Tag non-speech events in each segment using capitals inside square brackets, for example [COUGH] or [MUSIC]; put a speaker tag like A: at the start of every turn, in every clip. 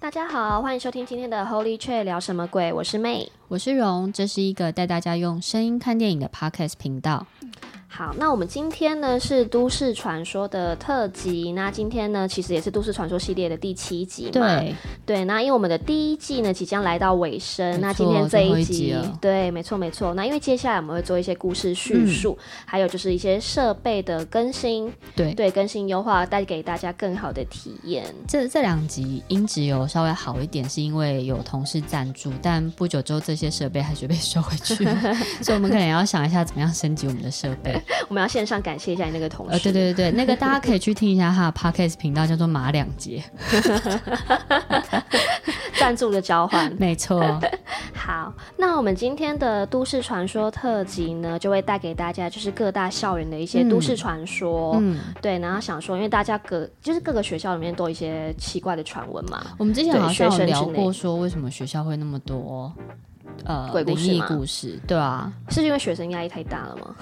A: 大家好，欢迎收听今天的 Holy Tree 聊什么鬼？我是妹。
B: 我是荣，这是一个带大家用声音看电影的 podcast 频道。
A: 好，那我们今天呢是都市传说的特辑，那今天呢其实也是都市传说系列的第七集嘛。
B: 对，
A: 对，那因为我们的第一季呢即将来到尾声，
B: 错
A: 那今天这
B: 最后
A: 一
B: 一
A: 集
B: 集了
A: 对，没错没错。那因为接下来我们会做一些故事叙
B: 嗯
A: 述，还有就是一些设备的更新，
B: 对，
A: 对，更新优化，带给大家更好的体验。
B: 这这两集音质有稍微好一点，是因为有同事赞助，但不久之后这些设备还是被收回去了，
A: [LAUGHS]
B: 所以我们可能要想一下怎么样升级我们的设备。
A: 我们要线上感谢一下你那个同事。
B: 呃，对对对对，那个大家可以去听一下他的 podcast 频道，叫做马两杰，
A: 赞助的交换。
B: 没错，
A: 好，那我们今天的都市传说特辑呢，就会带给大家就是各大校园的一些
B: 嗯
A: 都市传说。 [LAUGHS]
B: 嗯。
A: 对，然后想说，因为大家各就是各个学校里面都有一些奇怪的传闻嘛，
B: 我们之前好像
A: 对学
B: 有
A: 生
B: 聊
A: 之类
B: 过，说为什么学校会那么多呃
A: 鬼故
B: 灵
A: 事
B: 异
A: 吗
B: 故事，对啊，
A: 是因为学生压力太大了吗？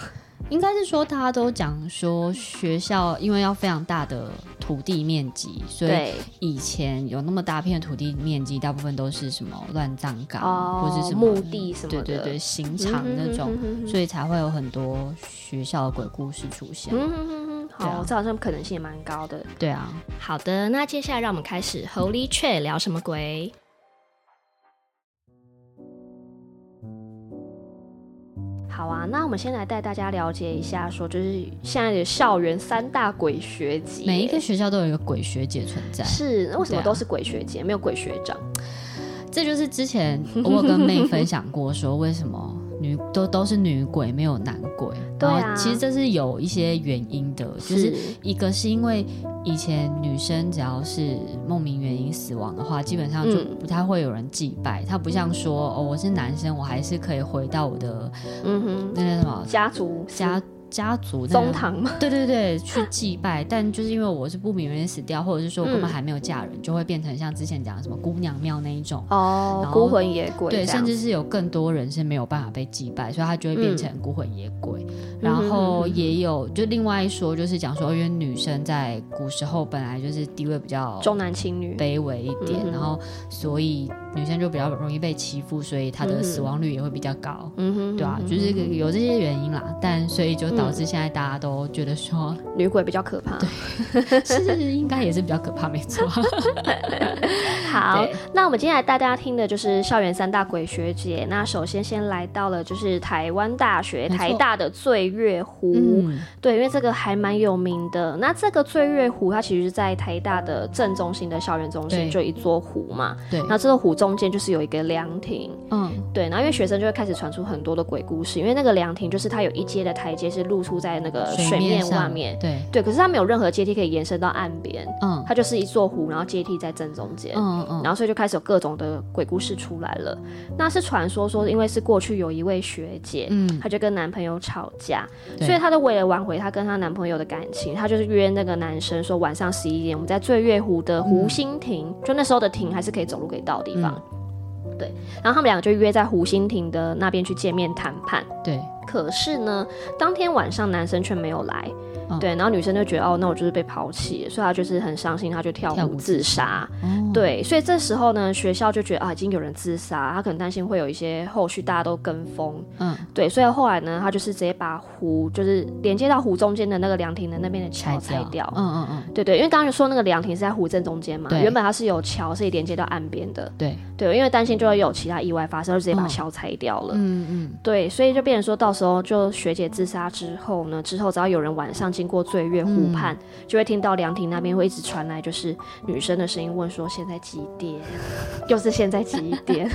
B: 应该是说大家都讲说学校因为要非常大的土地面积，所以
A: 对，
B: 以前有那么大片土地面积，大部分都是什么乱葬岗、
A: 哦
B: 或是什么
A: 墓地什么的
B: 对对对，刑场那种，
A: 嗯哼哼哼哼
B: 所以才会有很多学校的鬼故事出现。
A: 嗯哼哼哼，
B: 对啊
A: 好，这好像可能性也蛮高的。
B: 对啊，
A: 好的，那接下来让我们开始 Holy Chat 聊什么鬼？好啊，那我们先来带大家了解一下，说就是现在的校园三大鬼学姐，
B: 每一个学校都有一个鬼学姐存在。
A: 是那为什么
B: 对啊
A: 都是鬼学姐，没有鬼学长？
B: 这就是之前我有跟妹分享过，说为什么女都都是女鬼，没有男鬼。
A: [LAUGHS] 对啊
B: 然后其实这是有一些原因的，就是一个是因为以前女生只要是莫名原因死亡的话，基本上就
A: 嗯
B: 不太会有人祭拜。它不像说哦，我是男生，我还是可以回到我的
A: 嗯哼，
B: 那个什么
A: 家族
B: 家家族嗯那个
A: 宗堂嘛，
B: 对对对，去祭拜，但就是因为我是不明原因死掉，或者是说我
A: 嗯
B: 根本还没有嫁人，就会变成像之前讲的什么姑娘庙那一种，
A: 哦
B: 然，后
A: 孤魂野鬼这
B: 对，
A: 样，嗯
B: 甚至是有更多人是没有办法被祭拜，所以他就会变成孤魂野鬼。然后也有就另外一说，就是讲说，因为女生在古时候本来就是地位比较
A: 重男轻女，
B: 卑微一点，
A: 嗯哼
B: 然后所以女生就比较容易被欺负，所以她的死亡率也会比较高。
A: 嗯哼，
B: 对啊，就是有这些原因啦，但所以就导致现在大家都觉得说，
A: 女鬼比较可怕。
B: 是应该也是比较可怕，没
A: [LAUGHS]
B: 错。
A: 好
B: 对，
A: 那我们接下来带大家听的就是校园三大鬼学姐。那首先先来到了就是台湾大学
B: 没错
A: 台大的醉月湖，
B: 嗯，
A: 对，因为这个还蛮有名的。那这个醉月湖它其实是在台大的正中心的校园中心，
B: 对
A: 就一座湖嘛。
B: 对，
A: 那这个湖中间就是有一个凉亭，
B: 嗯，
A: 对，然后因为学生就会开始传出很多的鬼故事，因为那个凉亭就是它有一阶的台阶是露出在那个呃水面外
B: 上
A: 面，
B: 对，
A: 对，可是它没有任何阶梯可以延伸到岸边，
B: 嗯
A: 它就是一座湖，然后阶梯在正中间。
B: 嗯嗯，
A: 然后所以就开始有各种的鬼故事出来了。那是传说说，因为是过去有一位学姐，
B: 嗯
A: 她就跟男朋友吵架，
B: 对
A: 所以她就为了挽回她跟她男朋友的感情，她就是约那个男生说晚上十一点，我们在醉月湖的湖心亭，就那时候的亭还是可以走路可以到的地方。对，然后他们两个就约在湖心亭的那边去见面谈判。
B: 对，哦
A: 可是呢，当天晚上男生却没有来，
B: 嗯
A: 对，然后女生就觉得哦，那我就是被抛弃了，所以她就是很伤心，她就跳
B: 跳
A: 湖
B: 湖
A: 自
B: 自
A: 杀。
B: 哦
A: 对，所以这时候呢，学校就觉得啊，已经有人自杀，他可能担心会有一些后续大家都跟风，
B: 嗯，
A: 对，所以后来呢，他就是直接把湖就是连接到湖中间的那个凉亭的那边的桥哦拆掉，
B: 嗯嗯嗯，
A: 对对，因为刚刚说那个凉亭是在湖正中间嘛，
B: 对
A: 原本它是有桥是连接到岸边的，
B: 对，
A: 对，因为担心就会有其他意外发生，就直接把
B: 嗯
A: 桥拆掉了。
B: 嗯嗯，
A: 对，所以就变成说到时候就学姐自杀之后呢，之后只要有人晚上经过醉月
B: 嗯
A: 湖畔，就会听到凉亭那边会一直传来就是女生的声音，问说现在几点？ [LAUGHS] 又是现在几
B: [LAUGHS]
A: 点？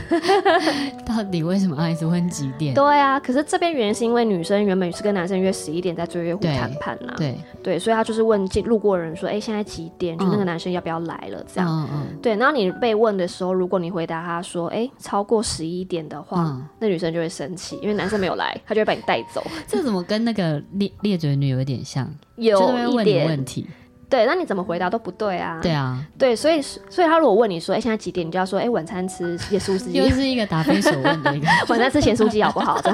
B: 到底为什么爱斯问几点？
A: 对啊，可是这边原因是因为女生原本是跟男生约十一点在醉月湖
B: 对
A: 谈判啦、
B: 对，
A: 对，所以她就是问进路过的人说，哎、现在几点？就那个男生要不要来了？这样。
B: 嗯嗯
A: 对，然后你被问的时候，如果你回答他说“哎、超过十一点的话”，
B: 嗯
A: 那女生就会生气，因为男生没有来，他就会把你带走。
B: 这怎么跟那个猎猎嘴女有一点像？就是会
A: 有一
B: 问你
A: 点
B: 问题，
A: 对，那你怎么回答都不对啊。
B: 对啊，
A: 对所以所以他如果问你说，哎、现在几点？你就要说，哎、晚餐吃盐酥鸡
B: 又，是一个答非所问的一个。
A: [LAUGHS] 晚餐吃咸酥鸡好不好？这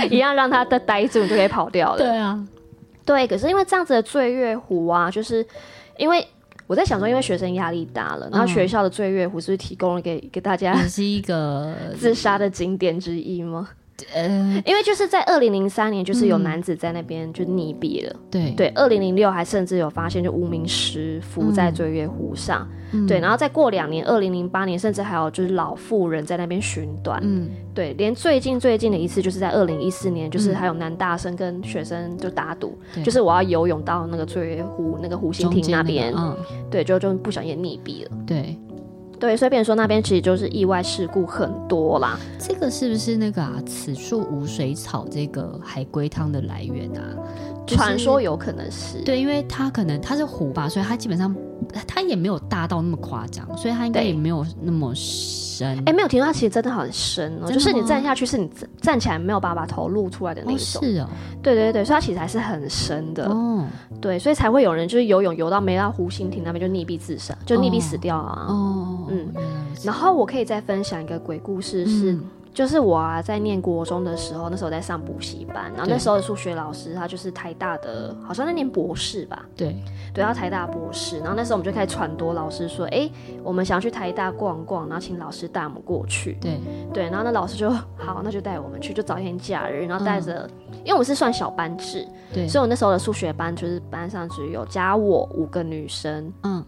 A: 样一样 [LAUGHS] 让他的呆住，你就可以跑掉了。
B: 对啊，
A: 对，可是因为这样子的醉月湖啊，就是因为我在想说，因为学生压力大了，然后
B: 嗯
A: 学校的醉月湖是不是提供了给给大家
B: 也是一个
A: [LAUGHS] 自杀的景点之一吗？
B: 呃，嗯
A: 因为就是在二零零三年，就是有男子在那边就溺毙了。
B: 对
A: 对，二零零六还甚至有发现就无名尸浮在醉月湖上。
B: 嗯
A: 对，然后再过两年，二零零八年，甚至还有就是老妇人在那边寻短。
B: 嗯，
A: 对，连最近最近的一次就是在二零一四年，就是
B: 嗯
A: 还有男大生跟学生就打赌，
B: 对
A: 就是我要游泳到那个醉月湖那个湖心
B: 中
A: 亭
B: 间
A: 那
B: 个
A: 边，
B: 嗯，
A: 对，就就不小心溺毙了。
B: 对，
A: 对，所以变成说那边其实就是意外事故很多啦。
B: 这个是不是那个啊？此树无水草这个海龟汤的来源啊？就是
A: 传说有可能是，
B: 对，因为它可能它是湖吧，所以它基本上它也没有大到那么夸张，所以它应该
A: 对
B: 也没有那么深。
A: 哎、没有听说它其实真的很深哦，
B: 真的
A: 就是你
B: 吗
A: 站下去是你站站起来没有办法把头露出来的那
B: 哦，
A: 一种。
B: 是哦，
A: 对对对，所以它其实还是很深的。
B: 哦
A: 对，所以才会有人就是游泳游到没到湖心亭那边就溺毙自杀，就溺毙死掉啊。
B: 哦，
A: 嗯
B: 嗯，原来如此
A: 然后我可以再分享一个鬼故事是，
B: 嗯
A: 就是我啊在念国中的时候，那时候在上补习班，然后那
B: 对
A: 时候的数学老师他就是台大的，好像在念博士吧，
B: 对，
A: 对，他台大博士。然后那时候我们就开始传多老师说，哎，我们想要去台大逛逛，然后请老师带我们过去。
B: 对，
A: 对，然后那老师就好，那就带我们去，就找一天假日，然后带着，
B: 嗯
A: 因为我们是算小班制，
B: 对，
A: 所以我那时候的数学班就是班上只有加我五个女生。
B: 嗯，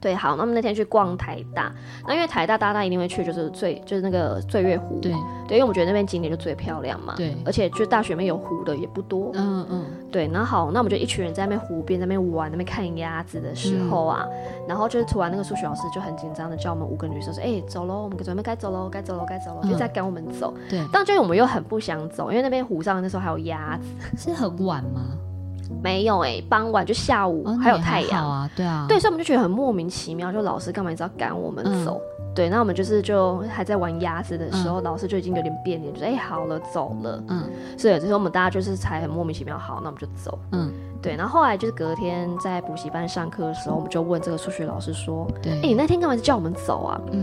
A: 对，好，那么那天去逛台大，那因为台大大家一定会去，就是最就是那个醉月湖，
B: 对，
A: 对，因为我们觉得那边景点就最漂亮嘛，
B: 对
A: 呃而且就大学里面有湖的也不多，
B: 嗯嗯，
A: 对，然后好，那我们就一群人在那边湖边在那边玩，那边看鸭子的时候啊，
B: 嗯
A: 然后就是突然那个数学老师就很紧张的叫我们五个女生说，哎、走喽，我们准备该走喽，该走喽，该走喽，
B: 嗯
A: 就在赶我们走。
B: 对，
A: 但就是我们又很不想走，因为那边湖上那时候还有鸭子，
B: 是很晚吗？
A: 没有哎、傍晚就下午、
B: 哦，那
A: 还有
B: 也
A: 太
B: 好
A: 阳，
B: 啊，对啊，
A: 对，所以我们就觉得很莫名其妙，就老师干嘛一直要赶我们
B: 嗯
A: 走？对，那我们就是就还在玩鸭子的时候，老师就已经有点变脸，就说哎、好了走了，
B: 嗯
A: 所以就是我们大家就是才很莫名其妙，好，那我们就走。
B: 嗯，
A: 对，然后后来就是隔天在补习班上课的时候，我们就问这个数学老师说：“
B: 对，
A: 哎、你那天干嘛叫我们走啊
B: 嗯，？”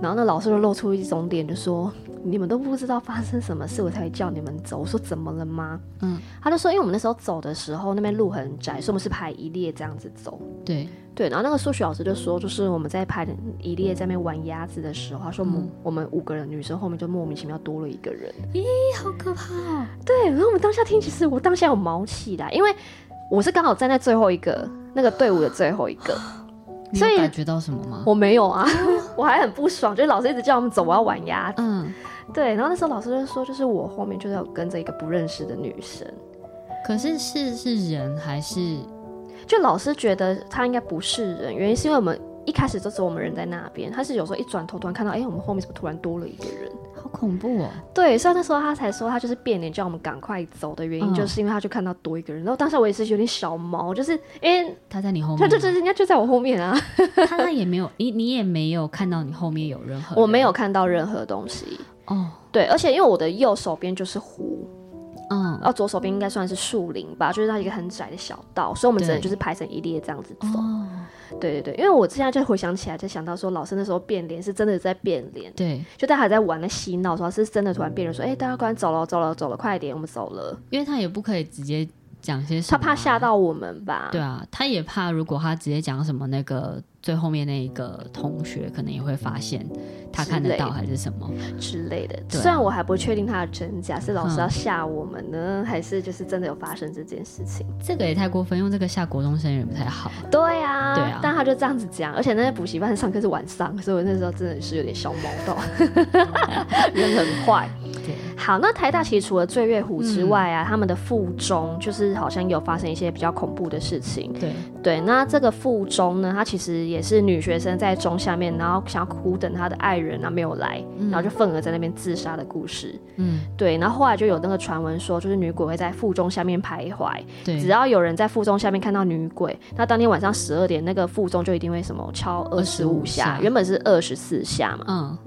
A: 然后那老师就露出一种脸，就说：“你们都不知道发生什么事，我才会叫你们走。”我说：“怎么了吗？”
B: 嗯，
A: 他就说：“因为我们那时候走的时候，那边路很窄，所以我们是排一列这样子走。
B: 对，”
A: 对，然后那个数学老师就说：“就是我们在排一列在那边玩鸭子的时候，他说我们、我们五个人女生后面就莫名其妙多了一个人。”
B: 咦，好可怕哦，
A: 对，然后我们当下听，其实我当下有毛起来，因为我是刚好站在最后一个那个队伍的最后一个，
B: 你
A: 所以
B: 有感觉到什么吗？
A: 我没有啊， [LAUGHS] 我还很不爽，就是老师一直叫我们走，我要玩鸭子。
B: 嗯，
A: 对，然后那时候老师就说，就是我后面就是有跟着一个不认识的女生，
B: 可是是是人还是
A: 就老师觉得她应该不是人，原因是因为我们。一开始就只有我们人在那边，他是有时候一转头突然看到，哎、我们后面怎么突然多了一个人？
B: 好恐怖哦？
A: 对，所以那时候他才说他就是变脸叫我们赶快走的原因，
B: 嗯
A: 就是因为他就看到多一个人。然后当下我也是有点小毛，就是因为
B: 他在你后面
A: 他
B: 吗，
A: 就就是人家就在我后面啊，
B: 他那也没有，你你也没有看到你后面有任何人，
A: 我没有看到任何东西。
B: 哦，
A: 对，而且因为我的右手边就是湖，
B: 嗯
A: 然，后左手边应该算是树林吧，就是它一个很窄的小道，所以我们只能
B: 对
A: 就是排成一列这样子走。
B: 哦，
A: 对对对，因为我现在就回想起来，就想到说老师那时候变脸是真的在变脸，
B: 对，
A: 就大家还在玩的洗脑的时候，是真的突然变脸说，哎、大家快走了走了走了，快点，我们走了。
B: 因为他也不可以直接讲些什
A: 他
B: 么、
A: 怕吓。到我们吧？
B: 对啊，他也怕如果他直接讲什么，那个最后面那一个同学可能也会发现他看得到
A: 之类的
B: 还是什么。
A: 之类的。
B: 对啊
A: 虽然我还不确定他的真假，是老师
B: 嗯
A: 要吓我们呢，还是就是真的有发生这件事情？
B: 这个也太过分，用这个吓国中生也不太好。
A: 对啊，
B: 对啊
A: 但他就这样子讲，而且那些补习班上课是晚上，所以我那时候真的是有点小毛到，
B: [LAUGHS]
A: 人很坏。
B: 对，
A: 好，那台大其实除了醉月湖之外
B: 嗯
A: 啊，他们的附中就是好像有发生一些比较恐怖的事情。
B: 对，
A: 对，那这个附中呢，它其实也是女学生在中下面，然后想要苦等她的爱人啊没有来，然后就愤而在那边自杀的故事。
B: 嗯，
A: 对，然后后来就有那个传闻说，就是女鬼会在附中下面徘徊，
B: 对，
A: 只要有人在附中下面看到女鬼，那当天晚上十二点，那个附中就一定会什么敲二十五
B: 25
A: 下
B: 下，
A: 原本是二十四下嘛，
B: 嗯，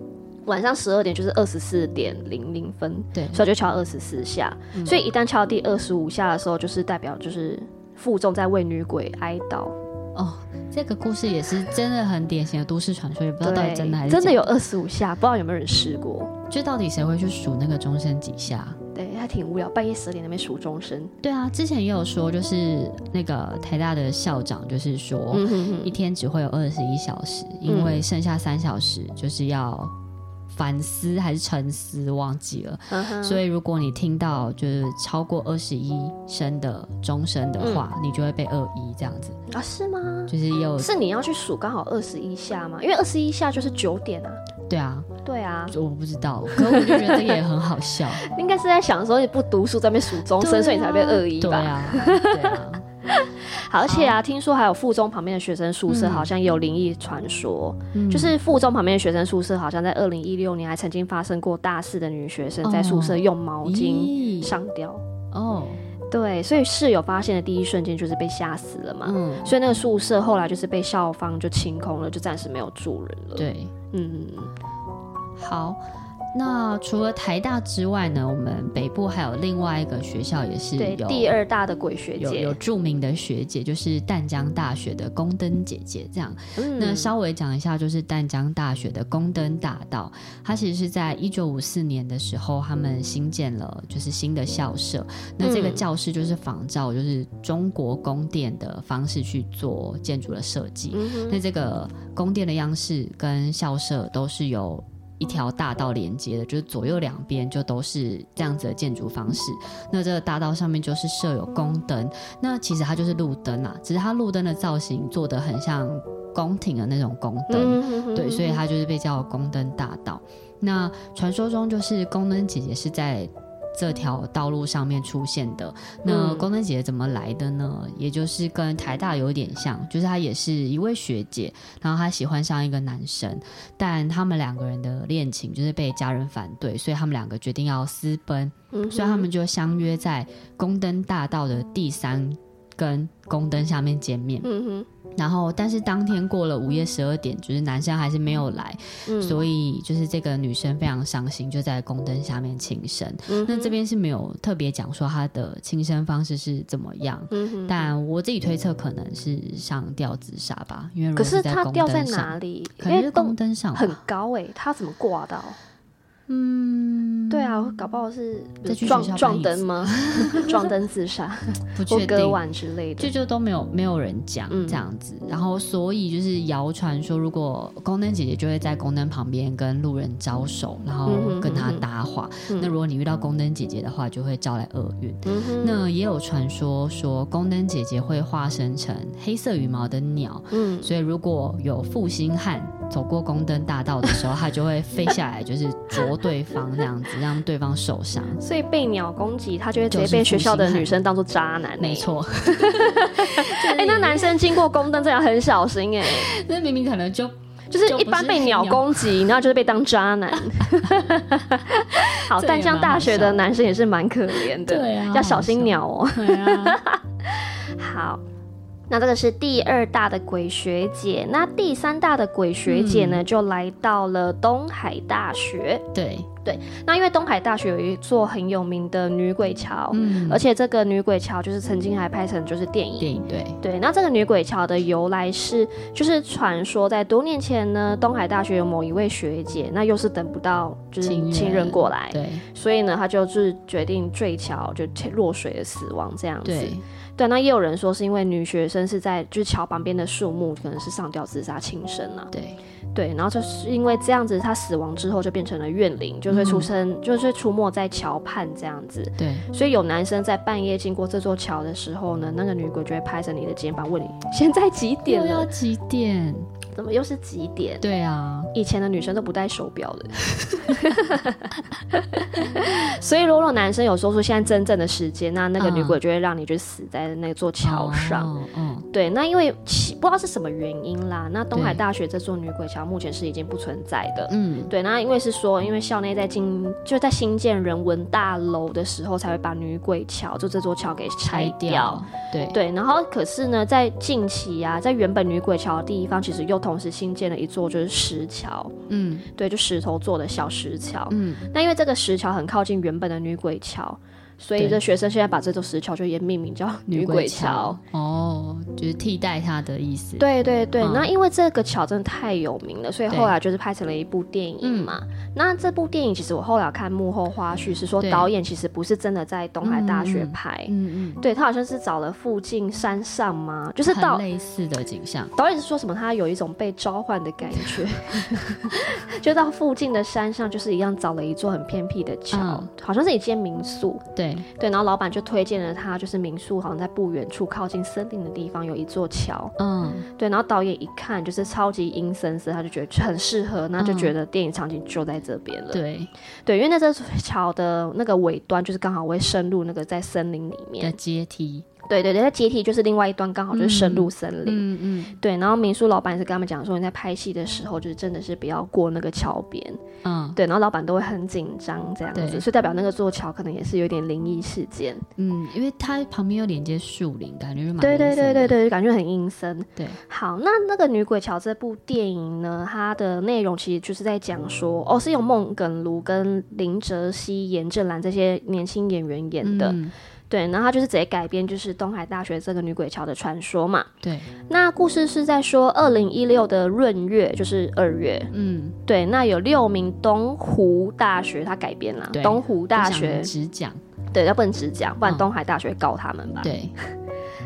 A: 晚上十二点就是二十四点零零分，
B: 对，
A: 所以就敲二十四下，
B: 嗯
A: 所以一旦敲到第二十五下的时候，就是代表就是附中在为女鬼哀悼，
B: 哦，这个故事也是真的很典型的都市传说，也不知道到底
A: 对，
B: 真的还是
A: 真的
B: 假
A: 有，二十五下，不知道有没有人试过，
B: 就到底谁会去数那个钟声几下？
A: 对，还挺无聊，半夜十点那边数钟声，
B: 对啊，之前也有说，就是那个台大的校长就是说，
A: 嗯哼哼
B: 哦一天只会有二十一小时，因为剩下三小时就是要反思还是沉思，忘记了。
A: 嗯哼，
B: 所以如果你听到就是超过二十一声的钟声的话，
A: 嗯
B: 你就会被二一这样子，
A: 啊是吗？
B: 就是又
A: 是你要去数刚好二十一下吗？因为二十一下就是九点啊。
B: 对啊，
A: 对啊，
B: 我不知道，可我就觉得这个也很好笑。
A: [LAUGHS] 应该是在想说你不读书，在那边数钟
B: 对
A: 声，
B: 啊
A: 哦所以你才被恶意
B: 对
A: 吧？
B: 啊，对
A: [LAUGHS]
B: 啊，
A: 好而且啊，听说还有附中旁边的学生宿舍
B: 嗯
A: 好像也有灵异传说，就是附中旁边的学生宿舍好像在二零一六年还曾经发生过大四的女学生在宿舍用毛巾
B: 哦咦
A: 上吊。
B: 哦，
A: 对，所以室友发现的第一瞬间就是被吓死了嘛。
B: 嗯，
A: 所以那个宿舍后来就是被校方就清空了，就暂时没有住人了。，
B: 对，
A: 嗯，
B: 好。那除了台大之外呢，我们北部还有另外一个学校也是
A: 对，
B: 有
A: 第二大的鬼学
B: 有
A: 姐，
B: 有著名的学姐，就是淡江大学的宫灯姐姐。这样，
A: 嗯
B: 那稍微讲一下，就是淡江大学的宫灯大道，它其实是在一九五四年的时候，他们新建了就是新的校舍。那这个
A: 嗯
B: 教室就是仿照就是中国宫殿的方式去做建筑的设计。
A: 嗯哼
B: 那这个宫殿的样式跟校舍都是由一条大道连接的，就是左右两边就都是这样子的建筑方式。那这个大道上面就是设有宫灯，那其实它就是路灯啊，只是它路灯的造型做的很像宫廷的那种宫灯。
A: 嗯哼哼
B: 对，
A: 哼
B: 所以它就是被叫宫灯大道。那传说中就是宫灯姐姐是在这条道路上面出现的。那
A: 嗯
B: 宫灯姐姐怎么来的呢？也就是跟台大有点像，就是她也是一位学姐，然后她喜欢上一个男生，但他们两个人的恋情就是被家人反对，所以他们两个决定要私奔，
A: 嗯哼
B: 所以他们就相约在宫灯大道的第三根宫灯下面见面。
A: 嗯哼。
B: 然后，但是当天过了午夜十二点，就是男生还是没有来，
A: 嗯
B: 所以就是这个女生非常伤心，就在宫灯下面轻生。
A: 嗯
B: 那这边是没有特别讲说她的轻生方式是怎么样，
A: 嗯
B: 但我自己推测可能是上吊自杀吧，因为如
A: 可
B: 果
A: 是
B: 在
A: 它
B: 宫
A: 掉
B: 灯
A: 在
B: 上
A: 哪？里？
B: 可
A: 因
B: 能
A: 为
B: 是宫
A: 洞
B: 灯上
A: 很
B: 吧。
A: 高哎、它怎么挂到？嗯，对啊，搞不好是
B: 再去学
A: 撞
B: 校搬
A: 撞
B: 椅
A: 灯
B: [LAUGHS]
A: 吗？撞灯自杀
B: 不
A: 或
B: 确
A: 割
B: 定。
A: 腕之类
B: 就
A: 的。
B: 就都没有没有人讲
A: 嗯
B: 这样子，然后所以就是谣传说，如果宫灯姐姐就会在宫灯旁边跟路人招手，然后
A: 嗯哼
B: 跟她
A: 嗯哼
B: 搭话。
A: 嗯
B: 那如果你遇到宫灯姐姐的话，就会招来厄运。
A: 嗯哼，
B: 那也有传说说，宫灯姐姐会化身成黑色羽毛的鸟，
A: 嗯，
B: 所以如果有负心汉走过宫灯大道的时候，它就会飞下来，就是啄对方这样子，让对方受伤。
A: 所以被鸟攻击，他就会直
B: 就
A: 接
B: 是
A: 被
B: 负
A: 学校
B: 心
A: 的
B: 汉
A: 女生当做渣男、欸
B: 没。错，
A: 哎、那男生经过宫灯，这样很小心哎、
B: 那明明可能就
A: 就是
B: 就
A: 一
B: 不
A: 般
B: 是
A: 被鸟
B: 鸟
A: 攻
B: [LAUGHS]
A: 击，然后就是被当渣男。好，
B: 这
A: 淡
B: 也
A: 江
B: 蛮
A: 大
B: 好
A: 学
B: 笑
A: 的
B: 的
A: 男生也是蛮可怜的，
B: 对啊
A: 要
B: 好
A: 小心
B: 笑
A: 鸟哦。
B: 对啊，
A: [LAUGHS] 好，那这个是第二大的鬼学姐，那第三大的鬼
B: 嗯
A: 学姐呢，就来到了东海大学。
B: 对，
A: 那因为东海大学有一座很有名的女鬼桥，
B: 嗯，
A: 而且这个女鬼桥就是曾经还拍成就是电影。
B: 电影对，
A: 对，那这个女鬼桥的由来是，就是传说在多年前呢，东海大学有某一位学姐，那又是等不到就是
B: 亲人
A: 亲人过来，
B: 对
A: 所以呢，她就是决定坠桥，就落水的死亡这样子。
B: 对，
A: 对，那也有人说是因为女学生是在就是桥旁边的树木，可能是上吊自杀轻生啊。
B: 对，
A: 对，然后就是因为这样子，她死亡之后就变成了怨灵，就会
B: 嗯
A: 出生，就是出没在桥畔这样子。
B: 对，
A: 所以有男生在半夜经过这座桥的时候呢，那个女鬼就会拍着你的肩膀问你：现在几点
B: 又要
A: 了？
B: 几点？
A: 啊怎么又是几点？
B: 对啊，
A: 以前的女生都不戴手表的， [LAUGHS] 所以如果男生有说出现在真正的时间，那那个女鬼就会让你就死在那座桥上。
B: 哦，嗯，
A: 对，那因为其不知道是什么原因啦，那东海
B: 对
A: 大学这座女鬼桥目前是已经不存在的。
B: 嗯，
A: 对，那因为是说，因为校内在进就在新建人文大楼的时候，才会把女鬼桥就这座桥给拆
B: 拆掉，对，
A: 对，然后可是呢，在近期啊，在原本女鬼桥的地方，其实又同时新建了一座就是石桥，
B: 嗯
A: 对，就石头做的小石桥。
B: 嗯，
A: 那因为这个石桥很靠近原本的女鬼桥，所以
B: 对
A: 这学生现在把这座石桥就也命名叫女鬼桥。，
B: 哦，就是替代它的意思，，
A: 对对对，
B: 嗯
A: 那因为这个桥真的太有名了，所以
B: 对嗯
A: 后来就是拍成了一部电影嘛。那这部电影其实我后来有看幕后花絮，是说
B: 对
A: 导演其实不是真的在东海大学拍，
B: 嗯嗯，
A: 对他好像是找了附近山上嘛，就是
B: 很
A: 到
B: 类似的景象，
A: 导演是说什么他有一种被召唤的感觉， [LAUGHS] 就到附近的山上，就是一样找了一座很偏僻的桥，
B: 嗯
A: 好像是一间民宿，
B: 对，
A: 对，然后老板就推荐了他，就是民宿好像在不远处靠近森林的地方有一座桥。
B: 嗯，
A: 对，然后导演一看就是超级阴森森，他就觉得很适合，那就
B: 嗯
A: 觉得电影场景就在这边了。
B: 对，
A: 对，因为那座桥的那个尾端就是刚好会深入那个在森林里
B: 的
A: 面。
B: 阶梯，
A: 对对对，那阶梯就是另外一端刚好就是深入森林。
B: 嗯嗯
A: 对，然后民宿老板也是跟他们讲说，你在拍戏的时候就是真的是不要过那个桥边。
B: 嗯
A: 对，然后老板都会很紧张这样子，
B: 对
A: 所以代表那个座桥可能也是有点灵异事件。
B: 嗯，因为它旁边又连接树林，感觉就蛮
A: 对对
B: 阴森
A: 对对
B: 的
A: 对，感觉很阴森。
B: 对，
A: 好，那那个《女鬼桥》这部电影呢，它的内容其实就是在讲说，哦，是由孟耿如跟林哲熙、严正兰这些年轻演员演的。
B: 嗯
A: 对，然后它就是直接改编就是东海大学这个女鬼桥的传说嘛。
B: 对，
A: 那故事是在说，二零一六的闰月就是二月，
B: 嗯，
A: 对，那有六名东湖大学，它改编啦
B: 对，
A: 东湖大
B: 不想
A: 学，
B: 只讲，
A: 对，要不能只讲，不然
B: 嗯
A: 东海大学告他们吧。
B: 对，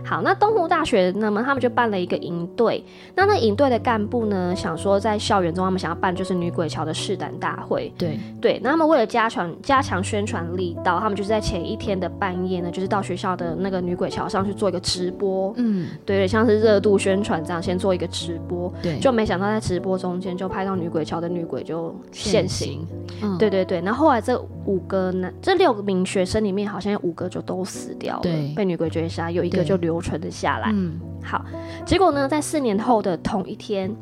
A: 好，那东湖大学那么他们就办了一个营队，那那营队的干部呢，想说在校园中他们想要办就是女鬼桥的试胆大会，
B: 对，
A: 对，那他们为了加强加强宣传力道，他们就是在前一天的半夜呢，就是到学校的那个女鬼桥上去做一个直播， [LAUGHS]
B: 嗯，
A: 对对，像是热度宣传这样，先做一个直播，
B: 对，
A: 就没想到在直播中间就拍到女鬼桥的女鬼就现形，，
B: 嗯，
A: 对对对，然后后来这五个男，这六名学生里面好像有五个就都死掉了
B: 对，
A: 被女鬼追杀，有一个
B: 对
A: 就留存了下来。
B: 嗯，
A: 好，结果呢，在四年后的同一天，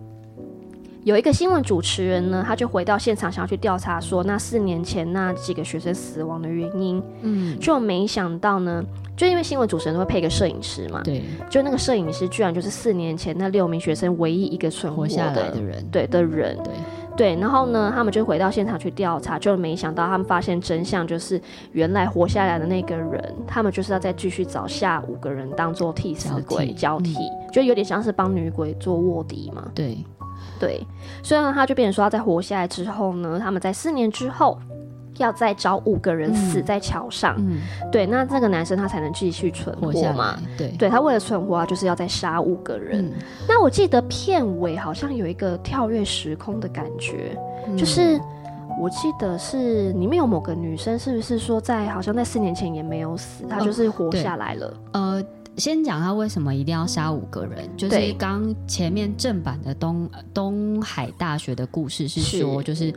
A: 有一个新闻主持人呢，他就回到现场，想要去调查说那四年前那几个学生死亡的原因，
B: 嗯，
A: 就没想到呢，就因为新闻主持人都会配一个摄影师嘛，
B: 对，
A: 就那个摄影师居然就是四年前那六名学生唯一一个存活
B: 活下来
A: 的
B: 的。人，
A: 对的人，
B: 对，
A: 对，然后呢，他们就回到现场去调查，就没想到他们发现真相，就是原来活下来的那个人，他们就是要再继续找下五个人当做替死鬼交
B: 交替
A: 替，就有点像是帮女鬼做卧底嘛。
B: 对，
A: 对，所以呢，他就变成说，他在活下来之后呢，他们在四年之后。要再找五个人死
B: 嗯
A: 在桥上，
B: 嗯，
A: 对，那这个男生他才能继续存
B: 活
A: 活
B: 下
A: 嘛
B: 来？，对，
A: 对他为了存活啊，就是要再杀五个人。
B: 嗯，
A: 那我记得片尾好像有一个跳跃时空的感觉，就
B: 嗯
A: 是我记得是里面有某个女生，是不是说在好像在四年前也没有死，她
B: 哦
A: 就是活
B: 对
A: 下来了？
B: 呃，先讲他为什么一定要杀五个人，就是
A: 对
B: 刚前面正版的东东海大学的故事是说，
A: 是
B: 就是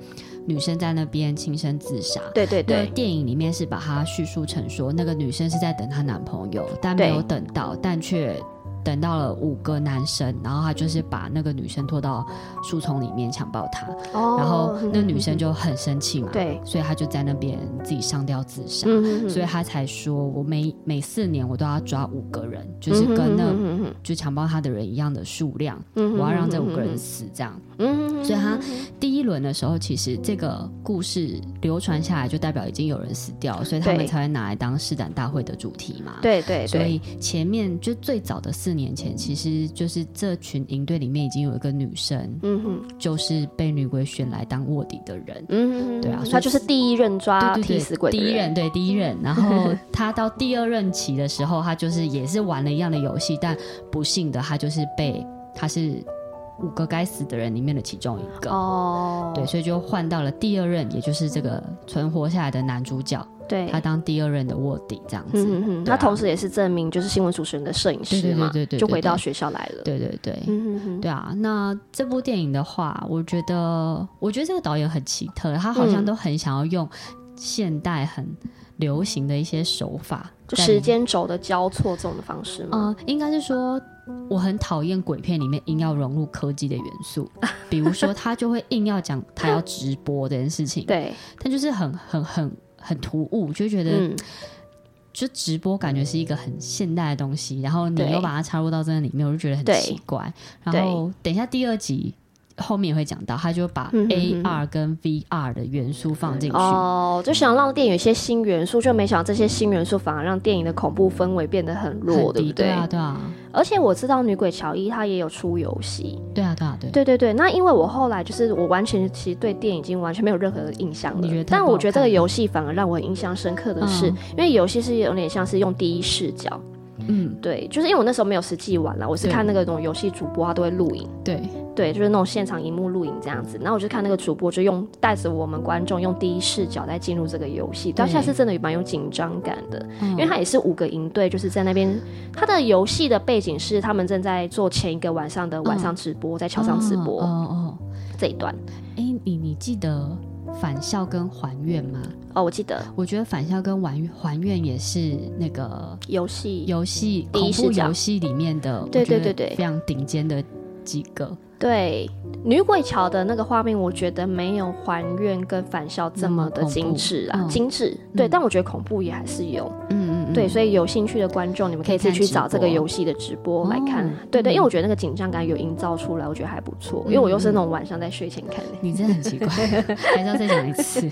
B: 女生在那边轻生自杀。
A: 对对
B: 那，电影里面是把它叙述成说，那个女生是在等她男朋友，但没有
A: 对
B: 等到，但却等到了五个男生，然后他就是把那个女生拖到树丛里面强暴她，
A: 哦
B: 然后那女生就很生气嘛，
A: 对
B: 所以她就在那边自己上吊自杀。
A: 嗯哼哼，
B: 所以
A: 以
B: 她才说，我每每四年我都要抓五个人，
A: 嗯
B: 就是跟那就强暴她的人一样的数量，我要让这五个人死这样。
A: 嗯
B: 所以他第一轮的时候，其实这个故事流传下来，就代表已经有人死掉了，所以他们
A: 对
B: 才会拿来当试胆大会的主题嘛。。
A: 对对
B: 所
A: 对，
B: 以前面就最早的四年前，其实就是这群营队里面已经有一个女生，
A: 嗯哼，
B: 就是被女鬼选来当卧底的人。
A: 嗯哼哼，
B: 对啊所以
A: 他就是第一任抓
B: 对对
A: 替死鬼
B: 对，
A: 的
B: 第一任对第一
A: [LAUGHS]
B: 任，然后他到第二任期的时候，他就是也是玩了一样的游戏，但不幸的他就是被他是五个该死的人里面的其中一个
A: 哦，
B: 对，所以就换到了第二任，也就是这个存活下来的男主角，
A: 对，
B: 他当第二任的卧底这样子。
A: 嗯嗯嗯，
B: 对啊
A: 他同时也是证明就是新闻主持人的摄影
B: 对
A: 师
B: 对
A: 嘛，
B: 对对对对
A: 就回到学校来了。
B: 对对对，
A: 嗯哼哼，
B: 对啊。那这部电影的话，我觉得，我觉得这个导演很奇特，他好
A: 嗯
B: 像都很想要用现代很流行的一些手法
A: 就
B: 在里
A: 时
B: 面，
A: 间轴的交错这种的方式嘛。
B: 呃，应该是说，我很讨厌鬼片里面硬要融入科技的元
A: [LAUGHS]
B: 素，比如说他就会硬要讲他要直播这件事情，
A: 对，
B: 但就是很很很很突兀，就觉得。
A: 嗯，
B: 就直播感觉是一个很现代的东西，然后你
A: 对
B: 又把它插入到这个里面，我就觉得很
A: 对
B: 奇怪。
A: 对
B: 然后等一下第二集后面也会讲到，他就把
A: 嗯哼
B: AR 跟 VR 的元素放进去。
A: 哦，就想让电影有一些新元素，就没想到这些新元素反而让电影的恐怖氛围变得很
B: 很
A: 弱，对
B: 低
A: 不
B: 对啊，对啊，
A: 而且我知道女鬼乔伊她也有出游戏，
B: 对啊，对啊，对。
A: 对对对，那因为我后来就是我完全其实对电影已经完全没有任何的印象
B: 你觉得
A: 了，
B: 它
A: 但
B: 不好
A: 我觉得这个
B: 看
A: 游戏反而让我印象深刻的是，
B: 嗯
A: 因为游戏是有点像是用第一视角，
B: 嗯，
A: 对，就是因为我那时候没有实际玩啦，我是
B: 对
A: 看那个那种游戏主播他都会录影，
B: 对，
A: 对，就是那种现场荧幕录影这样
B: 嗯
A: 子，然后我就看那个主播就用带着我们观众用第一视角来进入这个游戏，当下
B: 对嗯
A: 是真的也蛮有紧张感的，
B: 因
A: 因为它也是五个营队，就是在那边，它的游戏的背景是他们正在做前一个晚上的晚
B: 嗯
A: 上直播，在桥上直播、
B: 哦哦，哦
A: 这一段。
B: 哎，你你记得返校跟还愿吗？
A: 哦，我记得
B: 我觉得返校跟还还愿也是那个
A: 游戏
B: 游戏
A: 第
B: 恐
A: 一视
B: 怖
A: 角
B: 游戏里面的，我
A: 对对
B: 觉得
A: 对对
B: 非常顶尖的几个，
A: 对女鬼桥的那个画面，我觉得没有还原跟返校这么的精致啊，
B: 那么恐怖嗯
A: 精致。对，
B: 嗯
A: 但我觉得恐怖也还是有。
B: 嗯嗯
A: 对，所以有兴趣的观众，你们可以自己去找这个游戏的直播来看
B: 哦。
A: 对对，
B: 嗯
A: 因为我觉得那个紧张感有营造出来，我觉得还不错。因为我又是那种晚上在睡前看的。
B: 你真的很奇怪， [LAUGHS] 还是要再讲一
A: [LAUGHS]
B: 次。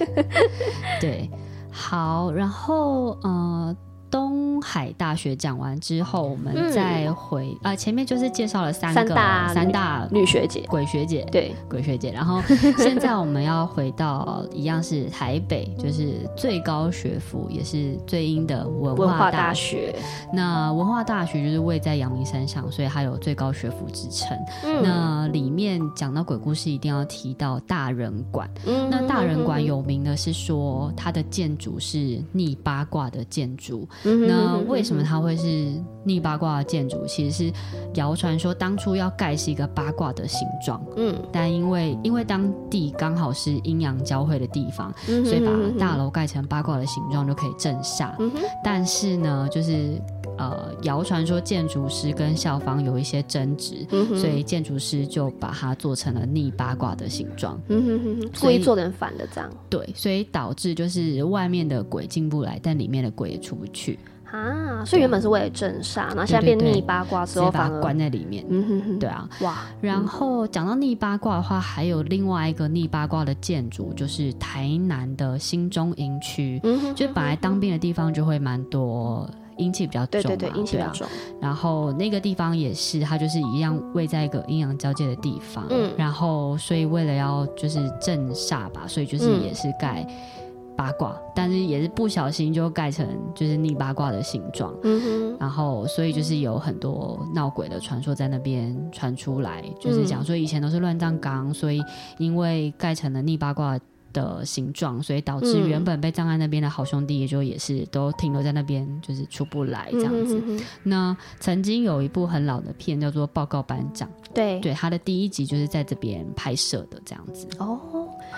B: 对，好，然后呃，东海大学讲完之后，我们
A: 嗯
B: 再回啊、呃前面就是介绍了三个
A: 三大
B: 三大
A: 女学姐，
B: 鬼学姐，
A: 对， [LAUGHS]
B: 鬼学姐，然后现在我们要回到一样是台北，就是最高学府，也是最英的文
A: 文
B: 化
A: 化
B: 大
A: 大
B: 学。
A: 学。
B: 那文化大学就是位在阳明山上，所以它有最高学府之称。
A: 嗯，
B: 那里面讲到鬼故事，一定要提到大人馆。
A: 嗯
B: 那大人馆，有名的是说它的建筑是逆八卦的建筑。
A: 嗯
B: 那为什么？它会是逆八卦的建筑？其实是谣传说当初要盖是一个八卦的形状，
A: 嗯，
B: 但因为因为当地刚好是阴阳交汇的地方，
A: 嗯
B: 所以把大。楼盖成八卦的形状就可以镇煞。
A: 嗯哼
B: 但是呢，就是呃，谣传说建筑师跟校方有一些争执，
A: 嗯哼
B: 所以建筑师就把它做成了逆八卦的形状。
A: 嗯哼哼哼，故
B: 所以
A: 意做成反的这样
B: 对，所以导致就是外面的鬼进不来，但里面的鬼也出不去，
A: 啊，所以原本是为了镇煞，然后现在变逆八卦
B: 直
A: 之
B: 接
A: 后
B: 把
A: 反
B: 它
A: 而
B: 关在里面。
A: 嗯哼哼，
B: 对啊，
A: 哇，
B: 然后讲到逆八卦的话，还有另外一个逆八卦的建筑，就是台南的新中营区，
A: 嗯哼，
B: 就本来当兵的地方就会蛮多阴气比较重
A: 对对
B: 嘛，
A: 对，啊阴气比较重，
B: 然后那个地方也是，它就是一样位在一个阴阳交界的地方。
A: 嗯
B: 然后所以为了要就是镇煞吧，所以就是
A: 嗯
B: 也是盖八卦，但是也是不小心就盖成就是逆八卦的形状。
A: 嗯
B: 然后，所以就是有很多闹鬼的传说在那边传出来，就是
A: 嗯
B: 讲说以前都是乱葬岗，所以因为盖成了逆八卦的形状，所以导致
A: 嗯
B: 原本被葬在那边的好兄弟，也就也是都停留在那边，就是出不来
A: 哼，
B: 这样子。
A: 嗯哼哼哼
B: 那曾经有一部很老的片叫做《报告班长》，
A: 对
B: 对，它的第一集就是在这边拍摄的这样子。
A: 哦，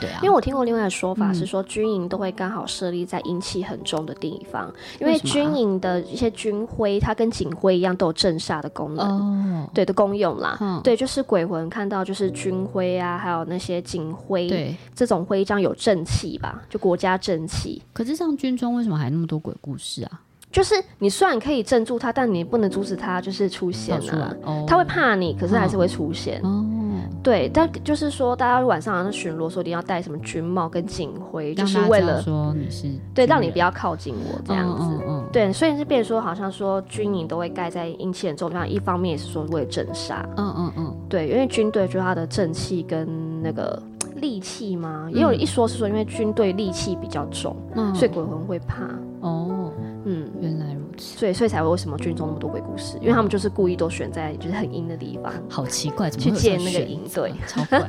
B: 对啊，嗯
A: 因为我听过另外的说法是说，军营都会刚好设立在阴气很重的地方，因为
B: 为什么啊
A: 军营的一些军徽，它跟警徽一样都有镇煞的功能。
B: 哦，
A: 对的功用啦，
B: 嗯
A: 对，就是鬼魂看到就是军徽啊，还有那些警徽，
B: 对。
A: 这种徽章有正气吧，就国家正气。
B: 可是像军中为什么还那么多鬼故事啊？
A: 就是你虽然可以镇住它，但你不能阻止它就是出现
B: 跑出来
A: 啊。
B: 哦，
A: 它会怕你，可是还是会出现。
B: 哦，
A: 对，但就是说，大家晚上好像巡逻说一定要戴什么军帽跟警徽，就
B: 让
A: 是
B: 大家
A: 为
B: 知道
A: 了
B: 说你是
A: 对
B: 军
A: 让你
B: 人
A: 不要靠近我这样子。
B: 嗯嗯
A: 对，所以是变成说，好像说军营都会盖在阴气很重的地方，一方面也是说为了镇杀，
B: 嗯嗯嗯嗯，
A: 对，因为军队就是它的正气跟那个嘖戾气嘛，也有
B: 嗯
A: 一说是说，因为军队戾气比较重，
B: 嗯
A: 所以鬼魂会怕，
B: 哦，
A: 嗯，
B: 原来如此，
A: 所以所以才会为什么军中那么多鬼故事，因为他们就是故意都选在就是很阴的地方，
B: 好奇怪，怎么
A: 去
B: 嗯会
A: 建
B: 有
A: 那
B: 这
A: 个
B: 选
A: 营
B: 择
A: 队
B: 超怪。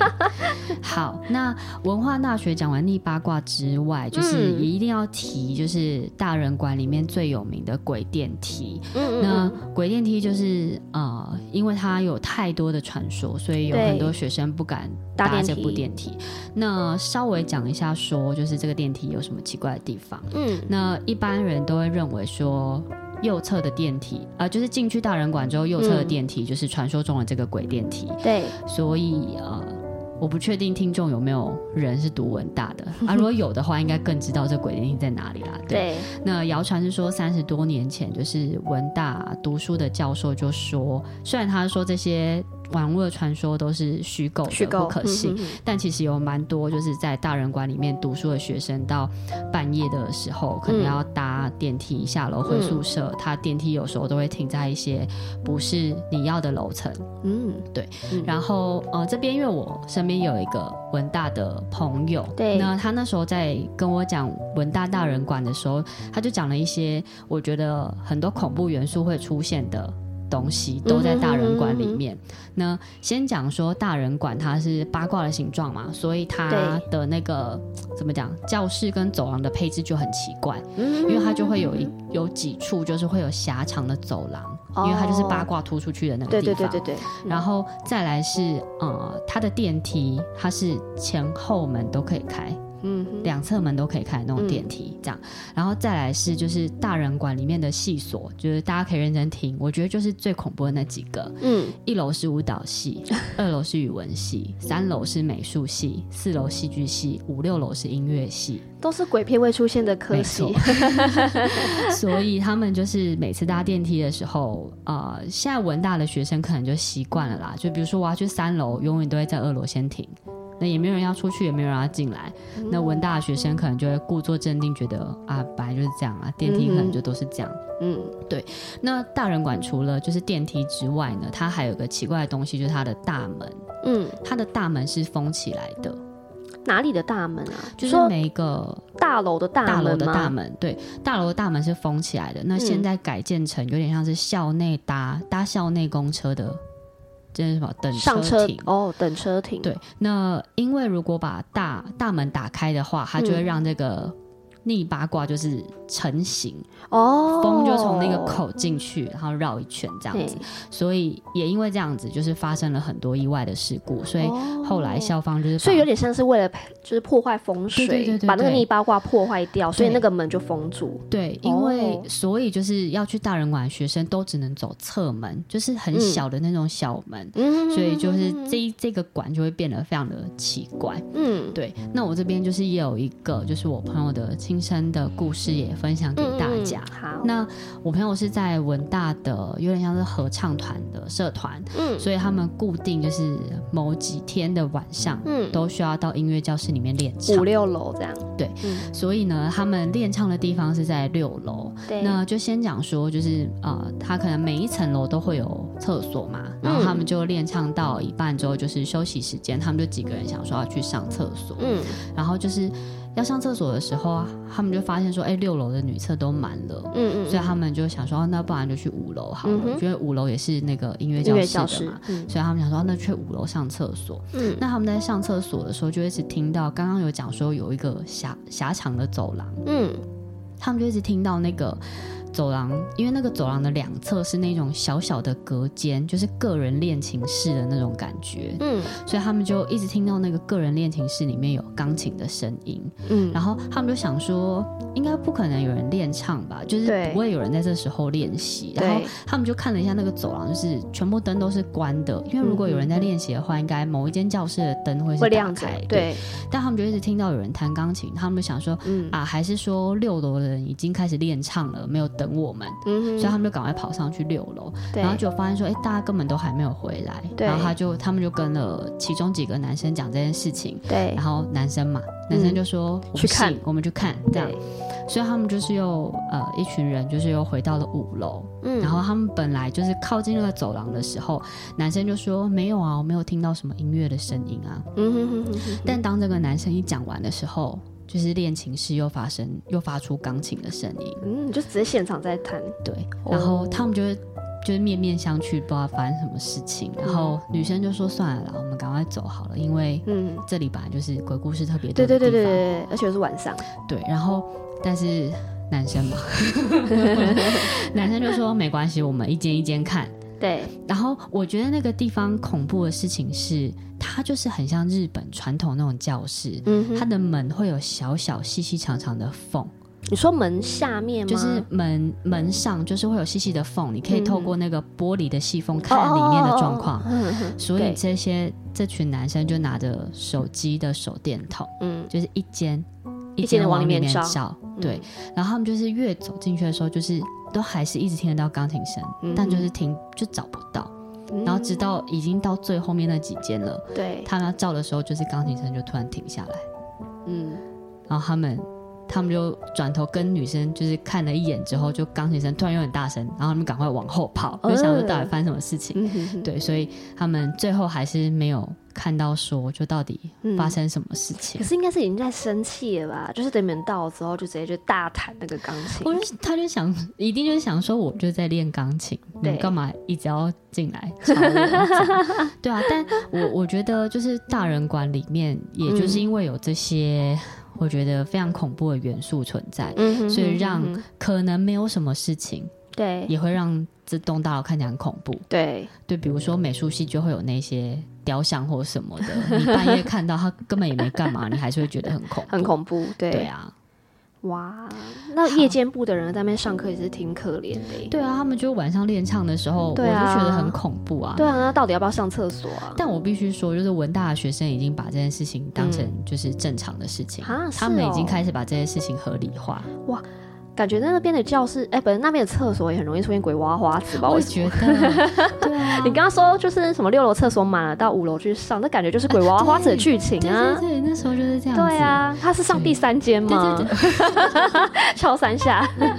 B: 好，那文化大学讲完逆八卦之外，就是
A: 嗯
B: 也一定要提，就是大人馆里面最有名的鬼电梯。
A: 嗯
B: 那鬼电梯就是呃，因为它有太多的传说，所以有很
A: 对
B: 多学生不敢
A: 搭
B: 搭
A: 电
B: 这部
A: 梯
B: 电梯。那稍微讲一下说就是这个电梯有什么奇怪的地方。
A: 嗯
B: 那一般人都会认为说，右侧的电梯啊、呃就是进去大人馆之后，右侧的
A: 嗯
B: 电梯、就是传说中的这个鬼电梯。
A: 对，
B: 所以呃，我不确定听众有没有人是读文大
A: [LAUGHS]
B: 的啊，如果有的话，应该更知道这鬼电梯在哪里啦。对，
A: 对，
B: 那谣传是说三十多年前，就是文大读书的教授就说，虽然他说这些网络的传说都是虚构的，
A: 虚构
B: 不可信，，
A: 嗯嗯
B: 但其实有蛮多就是在大人馆里面读书的学生，到半夜的时候，可能要搭电梯下楼回宿舍，他电梯有时候都会停在一些不是你要的楼层。
A: 嗯，
B: 对
A: 嗯，
B: 然后呃，这边因为我身边有一个文大的朋友，
A: 对
B: 那他那时候在跟我讲文大大人馆的时候，他就讲了一些我觉得很多恐怖元素会出现的。东西都在大人馆里面。
A: 嗯
B: 那先讲说大人馆它是八卦的形状嘛，所以它
A: 对
B: 的那个怎么讲，教室跟走廊的配置就很奇怪，
A: 因
B: 因为它就会有一有几处就是会有狭长的走廊，因为它就是八卦突出去的那个
A: 对
B: 地
A: 哦对
B: 方。
A: 对对对，
B: 然后再来是呃，它的电梯它是前后门都可以开，
A: 嗯哼
B: 两侧门都可以开的那种电梯，这样。然后再来是就是大人馆里面的细锁，就是大家可以认真听，我觉得就是最恐怖的那几个。
A: 嗯
B: 一楼是舞蹈系，二楼是语文系，三楼是美术系，四楼戏剧系，五六楼是音乐系。
A: 都是鬼片会出现的科
B: 没
A: 系
B: 错，
A: [LAUGHS]
B: 所以他们就是每次搭电梯的时候，呃，现在文大的学生可能就习惯了啦。就比如说我要去三楼，永远都会在二楼先停，那也没有人要出去，也没有人要进来。那文大的学生可能就会故作镇定，觉得啊，本来就是这样啊，电梯可能就都是这样。
A: 嗯
B: 那大人馆除了就是电梯之外呢，它还有一个奇怪的东西，就是它的大门，
A: 嗯，
B: 它的大门是封起来的，
A: 哪里的大门啊？
B: 就是
A: 说
B: 每一个
A: 大楼的大
B: 大楼
A: 门
B: 的
A: 吗？嗯
B: 大门，对，大楼的大门是封起来的。那现在改建成有点像是校内搭搭校内公车的，这是什么等
A: 上车
B: 亭？
A: 哦，等车停，
B: 对，那因为如果把大大门打开的话，它就会
A: 嗯
B: 让这个逆八卦就是成型，
A: 哦，
B: 风就从那个口进去，然后绕一圈这样子
A: 嘿。
B: 所以也因为这样子，就是发生了很多意外的事故。所以
A: 哦
B: 后来校方就是把，
A: 所以有点像是为了就是破坏风水，
B: 对对对对
A: 把那个
B: 对
A: 逆八卦破坏掉，所以
B: 对
A: 那个门就封住。
B: 对，因为
A: 哦
B: 所以就是要去大人馆，学生都只能走侧门，就是很
A: 嗯
B: 小的那种小门，
A: 嗯
B: 所以就是这一这个馆就会变得非常的奇怪。
A: 嗯
B: 对，那我这边就是也有一个，就是我朋友的亲身的故事也分享给大家。
A: 嗯嗯好，
B: 那我朋友是在文大的，有点像是合唱团的社团，
A: 嗯
B: 所以他们固定就是某几天的晚上，
A: 嗯
B: 都需要到音乐教室里面练
A: 五
B: 唱。
A: 六楼这样，
B: 对
A: 嗯
B: 所以呢，他们练唱的地方是在六楼，
A: 对，
B: 那就先讲说，就是呃，他可能每一层楼都会有厕所嘛，然后他们就练唱到一半之后，就是休息时间，他们就几个人想说要去上厕所，
A: 嗯
B: 然后就是要上厕所的时候啊，他们就发现说，哎、六楼的女厕都满了。
A: 嗯嗯，
B: 所以他们就想说，哦那不然就去五楼好了
A: 嗯，哼
B: 因为五楼也是那个音乐
A: 音
B: 教
A: 乐教
B: 室
A: 室
B: 的嘛。，
A: 嗯
B: 所以他们想说，哦那去五楼上厕所。
A: 嗯
B: 那他们在上厕所的时候，就一直听到刚刚有讲说有一个狭狭长的走廊，
A: 嗯
B: 他们就一直听到那个走廊，因为那个走廊的两侧是那种小小的隔间，就是个人恋情室的那种感觉，
A: 嗯
B: 所以他们就一直听到那个个人恋情室里面有钢琴的声音，
A: 嗯，
B: 然后他们就想说，应该不可能有人练唱吧，就是
A: 对
B: 不会有人在这时候练习。
A: 对
B: 然后他们就看了一下那个走廊，就是全部灯都是关的，因为如果有人在练习的话，应该某一间教室的灯会是
A: 会
B: 打
A: 亮着
B: 开。，
A: 对，
B: 但他们就一直听到有人弹钢琴，他们就想说。
A: 嗯
B: 啊，还是说六楼的人已经开始练唱了，没有等我们，
A: 嗯
B: 所以他们就赶快跑上去六楼，
A: 对
B: 然后就发现说，哎、大家根本都还没有回来，
A: 对
B: 然后他就他们就跟了其中几个男生讲这件事情，
A: 对嗯
B: 然后男生嘛，男生就说、我不
A: 去看
B: 信，我们去看这样
A: 对，，
B: 所以他们就是又呃一群人就是又回到了五楼，
A: 嗯
B: 然后他们本来就是靠近那个走廊的时候，男生就说没有啊，我没有听到什么音乐的声音啊，
A: 嗯哼哼哼哼，
B: 但当这个男生一讲完的时候，就是恋情室又发生又发出钢琴的声音，
A: 嗯，就直接现场在弹，
B: 对，
A: 哦
B: 然后他们就是就是面面相觑，不知道发生什么事情，然后女生就说算了啦，我们赶快走好了，因为
A: 嗯，
B: 这里本来就是鬼故事特别多
A: 对
B: 的
A: 对
B: 地
A: 对
B: 方，
A: 对对对，而且是晚上，
B: 对，然后但是男
A: [LAUGHS]
B: 生嘛，男生就说没关系，我们一间一间看。
A: 对，
B: 然后我觉得那个地方恐怖的事情是，它就是很像日本传统那种教室，
A: 嗯
B: 它
A: 哼，
B: 的门会有小小细细长长的缝，
A: 你说门下面吗？哦
B: 就是门门上就是会有细细的缝，你可以透
A: 嗯哦
B: 过那个玻璃的细缝看里面的状况。
A: 嗯哼
B: 所以
A: 对
B: 这些这群男生就拿着手机的手电筒，
A: 嗯，
B: 就是一间
A: 一间地往
B: 往
A: 里面
B: 面
A: 照
B: 照，
A: 嗯
B: 对。然后他们就是越走进去的时候，就是都还是一直听得到钢琴声，
A: 嗯
B: 但就是听就找不到。
A: 嗯
B: 然后直到已经到最后面那几间了，
A: 对，
B: 他们要照的时候，就是钢琴声就突然停下来，
A: 嗯，
B: 然后他们。他们就转头跟女生就是看了一眼之后，就钢琴声突然有点大声，然后他们赶快往后跑，就想说到底发生什么事情。
A: 嗯哼哼，
B: 对，所以他们最后还是没有看到说就到底
A: 嗯
B: 发生什么事情
A: 可。是应该是已经在生气了吧？就是等你们到之后，就直接就大弹那个钢琴
B: 我。就他就想，一定就是想说，我就在练钢琴，你们
A: 对
B: 干嘛一直要进来吵我这样？对啊，但我我觉得就是大人馆里面，也就是
A: 嗯
B: 因为有这些，我觉得非常恐怖的元素存在，
A: 嗯哼
B: 所以
A: 哼
B: 让
A: 哼哼
B: 可能没有什么事情，
A: 对
B: 也会让这栋大楼看起来很恐怖。
A: 对
B: 对，比如说美术系就会有那些雕像或什么
A: [LAUGHS]
B: 的，你半夜看到他根本也没干嘛，你还是会觉得很恐怖。
A: 很恐怖，对
B: 对啊，
A: 哇，那
B: 好
A: 夜间部的人在那边上课也是挺可怜的耶。
B: 对啊，他们就晚上练唱的时候，
A: 对啊
B: 我就觉得很恐怖啊。
A: 对啊，那到底要不要上厕所啊？
B: 但我必须说，就是文大的学生已经把这件事情当成
A: 嗯
B: 就是正常的事情，
A: 啊是
B: 他们已经
A: 哦
B: 开始把这件事情合理化。
A: 感觉在那边的教室，哎、不是那边的厕所也很容易出现鬼娃娃子吧？
B: 我
A: 为
B: 也
A: 什 [LAUGHS]
B: 觉
A: 么？
B: 得，对啊，
A: 你刚刚说就是什么六楼厕所满了，到五楼去上，那感觉就是鬼娃娃子的剧情
B: 对
A: 啊
B: 对。对，那时候就是这样子。
A: 对，啊，他是上第三间
B: 对
A: 吗？
B: 对
A: 敲三下。
B: 对，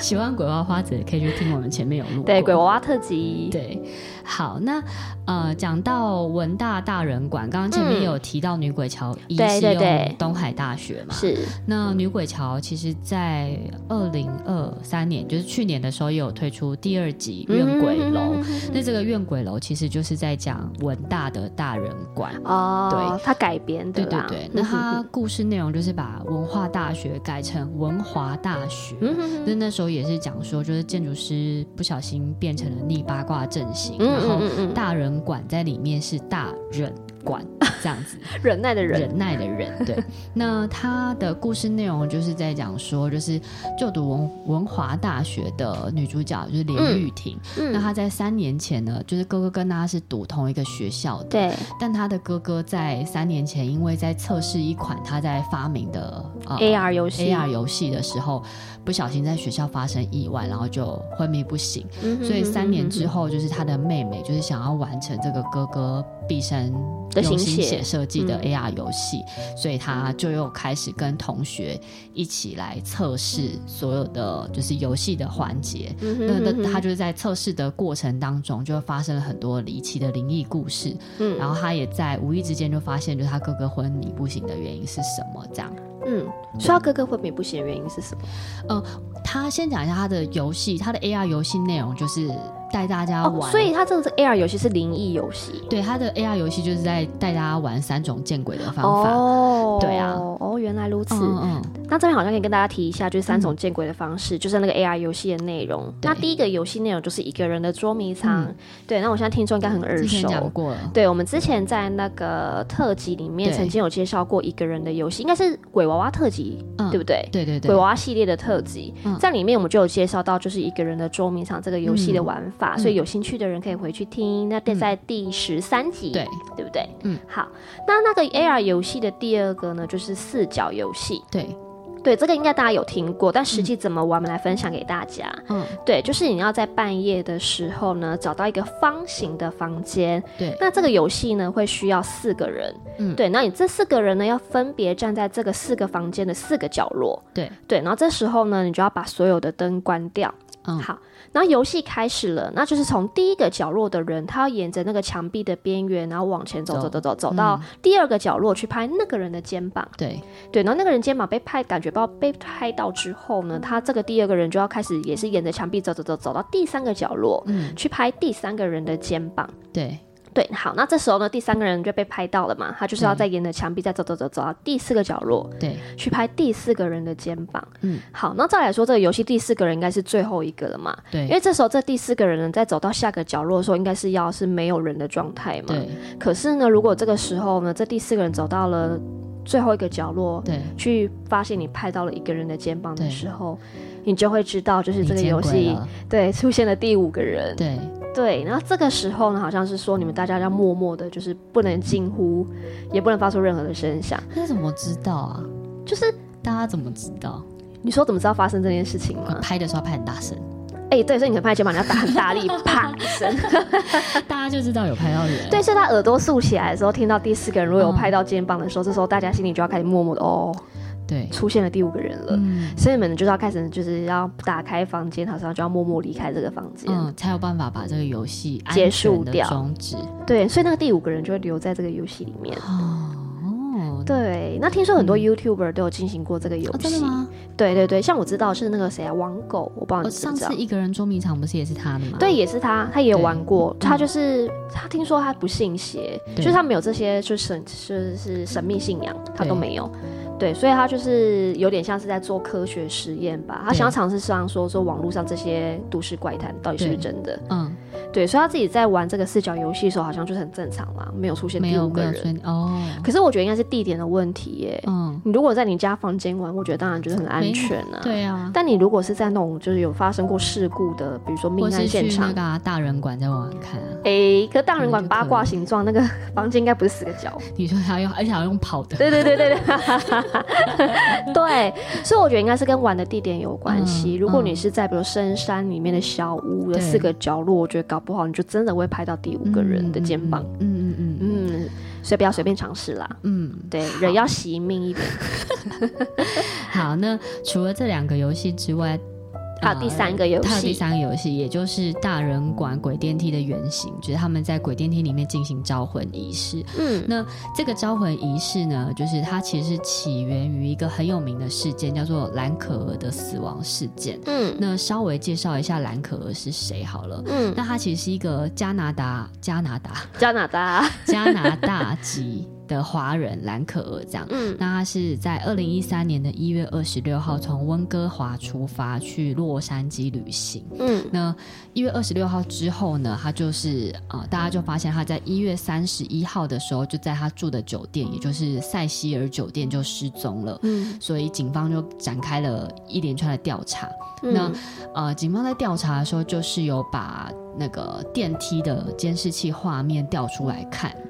B: 喜欢鬼娃花子的可以去听我们前面有录过。
A: 对，鬼娃娃特辑。
B: 对，好，那呃，讲到文大大人馆，刚刚前面
A: 嗯
B: 有提到女鬼桥一
A: 对
B: 是
A: 对
B: 用
A: 对
B: 东海大学嘛，
A: 是，
B: 那女鬼桥其实在二零二三年，就是去年的时候，也有推出第二集《怨鬼楼》
A: 嗯
B: 那这个怨鬼楼其实就是在讲文大的大人馆。
A: 哦，他改编的
B: 对对
A: 啦。嗯
B: 对，那它故事内容就是把文化大学改成文华大学。
A: 嗯哼哼
B: 那那时候也是讲说，就是建筑师不小心变成了逆八卦阵型，
A: 嗯
B: 然后
A: 嗯嗯嗯
B: 大人馆在里面是大人馆这样子，
A: 忍耐的 [LAUGHS] 忍。
B: 忍耐的忍。
A: [LAUGHS]
B: 对，那他的故事内容就是在讲说，就是就读文文华大学的女主角就是连玉婷，那
A: 嗯，
B: 她在三年前呢，就是哥哥跟她是读同一个学校的，
A: 对，
B: 但她的哥哥在三年前因为在测试一款他在发明的呃
A: AR 游戏
B: AR 游戏的时候，不小心在学校发生意外，然后就昏迷不醒。
A: 嗯哼
B: 所以三年之
A: 哼
B: 后，就是他的妹妹，就是想要完成这个哥哥毕生
A: 的
B: 用
A: 心
B: 心
A: 血
B: 血设计的
A: 嗯
B: AR 游戏，所以他就又开始跟同学一起来测试所有的就是游戏的环节。
A: 嗯哼
B: 那
A: 嗯
B: 那
A: 哼
B: 他就是在测试的过程当中，就发生了很多离奇的灵异故事，
A: 嗯
B: 然后他也在无意之间就发现，就是他哥哥昏迷不醒的原因是什么？这样，
A: 嗯，说到哥哥昏迷不醒的原因是什么？
B: 他先讲一下他的游戏，他的 AR 游戏内容就是带大家
A: 哦，
B: 玩，
A: 所以他这个是 AR 游戏是灵异游戏。
B: 对，他的 AR 游戏就是在带大家玩三种见鬼的方法。
A: 哦，
B: 对啊
A: 哦，原来如此。
B: 嗯嗯，嗯
A: 那这边好像可以跟大家提一下，就是三种见鬼的方式，就是那个 AR 游戏的内容。
B: 对
A: 那第一个游戏内容就是一个人的捉迷藏，
B: 嗯
A: 对。那我现在听众应该很耳
B: 之前
A: 熟，
B: 讲过了，
A: 对，我们之前在那个特辑里面
B: 对
A: 曾经有介绍过一个人的游戏，应该是鬼娃娃特辑，
B: 嗯
A: 对不对？
B: 对对对
A: 鬼，娃娃系列的特辑，
B: 嗯
A: 在里面我们就有介绍到，就是一个人的捉迷藏这个游戏的玩法，
B: 嗯
A: 所以有兴趣的人可以回去听。那在第十三集，
B: 对
A: 对不对？
B: 嗯，
A: 好。那那个 AR 游戏的第二个呢，就是四角游戏，
B: 对，
A: 对，这个应该大家有听过，但实际怎么玩，我们来分享给大家。
B: 嗯，
A: 对，就是你要在半夜的时候呢，找到一个方形的房间。
B: 对，
A: 那这个游戏呢，会需要四个人。
B: 嗯
A: 对，那你这四个人呢，要分别站在这个四个房间的四个角落。
B: 对，
A: 对，然后这时候呢，你就要把所有的灯关掉。
B: 嗯
A: 好，然后游戏开始了，那就是从第一个角落的人，他要沿着那个墙壁的边缘，然后往前走，
B: 走
A: 走，走，走，走到第二个角落去拍那个人的肩膀。
B: 对，
A: 对，然后那个人肩膀被拍，感觉到被拍到之后呢，他这个第二个人就要开始也是沿着墙壁走，走，走，走到第三个角落，
B: 嗯，
A: 去拍第三个人的肩膀。
B: 对，
A: 对，好，那这时候呢，第三个人就被拍到了嘛，他就是要再沿着墙壁再走走走走到第四个角落
B: 对，
A: 去拍第四个人的肩膀。
B: 嗯，
A: 好，那再来说这个游戏第四个人应该是最后一个了嘛，因
B: 对，
A: 为这时候这第四个人呢，在走到下个角落的时候，应该是要是没有人的状态嘛。
B: 对，
A: 可是呢，如果这个时候呢，这第四个人走到了最后一个角落。
B: 对，
A: 去发现你拍到了一个人的肩膀的时候，你就会知道，就是这个
B: 你见
A: 游
B: 鬼
A: 戏
B: 了
A: 对出现了第五个人。
B: 对，
A: 对，然后这个时候呢，好像是说你们大家要默默的，就是不能惊呼，也不能发出任何的声响。
B: 那怎么知道啊？
A: 就是
B: 大家怎么知道？
A: 你说怎么知道发生这件事情吗？
B: 拍的时候要拍很大声，
A: 哎、对，所以你可能拍肩膀，你要打很大
B: [LAUGHS]
A: 力，啪一声。
B: 大家就知道有拍到人。
A: 对，所以他耳朵竖起来的时候，听到第四个人如果有
B: 嗯
A: 拍到肩膀的时候，这时候大家心里就要开始默默的哦，
B: 对，
A: 出现了第五个人了。
B: 嗯
A: 所以你们就是要开始，就是要打开房间，好像就要默默离开这个房间。
B: 嗯，才有办法把这个游戏安
A: 结束
B: 全地
A: 掉
B: 终止。啊
A: 对，所以那个第五个人就会留在这个游戏里面。
B: 哦，嗯
A: 对，那听说很多 YouTuber 都有进行过这个游
B: 哦，真
A: 戏。
B: 的吗？哦
A: 对对对，像我知道是那个谁啊，王狗，我不知道
B: 我
A: 你知
B: 上
A: 不知道
B: 次。一个人捉迷藏不是也是他的吗？
A: 对，，也是他，他也有
B: 嗯对
A: 玩过。他就是他，听说他不信邪，就
B: 对
A: 是他没有这些，就是神，就是神秘信仰，他都
B: 对
A: 没有。对，所以他就是有点像是在做科学实验吧。他
B: 对
A: 想要尝试上说说网络上这些都市怪谈到底是不是
B: 对
A: 真的。
B: 嗯，
A: 对，所以他自己在玩这个视角游戏的时候，好像就是很正常啦，没有出现
B: 没
A: 第
B: 有
A: 五个
B: 没有
A: 人。
B: 春哦，
A: 可是我觉得应该是地点的问题耶。
B: 嗯，
A: 你如果在你家房间玩，我觉得当然就是很安
B: 没
A: 全啊。
B: 对啊，
A: 但你如果是在那种就是有发生过事故的，比如说
B: 或
A: 命案
B: 是
A: 现
B: 去
A: 场
B: 那，个啊大人馆再玩玩看啊。
A: 诶、可大人
B: 可能
A: 馆
B: 就
A: 八
B: 可以
A: 卦形状那个房间应该不是四个角。
B: 你说他用，而且还要用跑的，
A: 对对对对对，对，所以我觉得应该是跟玩的地点有关系。
B: 嗯
A: 如果你
B: 嗯
A: 是在比如深山里面的小屋的
B: 对
A: 四个角落，我觉得搞不好你就真的会拍到第五个人的肩膀。
B: 嗯。嗯嗯嗯
A: 嗯，所以不要随便尝试啦。
B: 嗯嗯，
A: 对，人要惜命一点。
B: 好，那除了这两个游戏之外，
A: 还啊有第三个游
B: 还有第
A: 戏，
B: 三个游戏，也就是大人馆鬼电梯的原型，就是他们在鬼电梯里面进行招魂仪式。
A: 嗯，
B: 这个招魂仪式呢，就是它其实是起源于一个很有名的事件，叫做兰可儿的死亡事件。
A: 嗯
B: 那稍微介绍一下兰可儿是谁好了。
A: 嗯，
B: 那她其实是一个加拿大加拿大 [LAUGHS]
A: 加拿大，
B: 加拿大籍的华人兰可儿这样。
A: 嗯
B: 那他是在二零一三年的一月二十六号从温哥华出发去洛杉矶旅行。
A: 嗯
B: 那一月二十六号之后呢，他就是呃，大家就发现他在一月三十一号的时候，就在他住的酒店，也就是塞西尔酒店就失踪了。
A: 嗯，
B: 所以警方就展开了一连串的调查。
A: 嗯
B: 呃，警方在调查的时候，就是有把那个电梯的监视器画面调出来看，
A: 嗯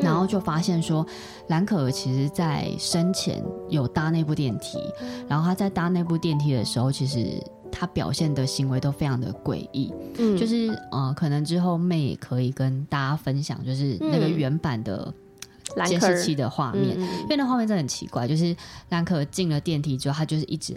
B: 然后就发现说，兰可儿其实在生前有搭那部电梯，
A: 嗯
B: 然后她在搭那部电梯的时候，其实她表现的行为都非常的诡异，
A: 嗯
B: 就是呃，可能之后妹也可以跟大家分享，就是那个
A: 嗯
B: 原版的
A: 兰
B: 监
A: 可
B: 视
A: 儿
B: 器的画面，
A: 嗯
B: 因为那画面真的很奇怪，就是兰可儿进了电梯之后，她就是一直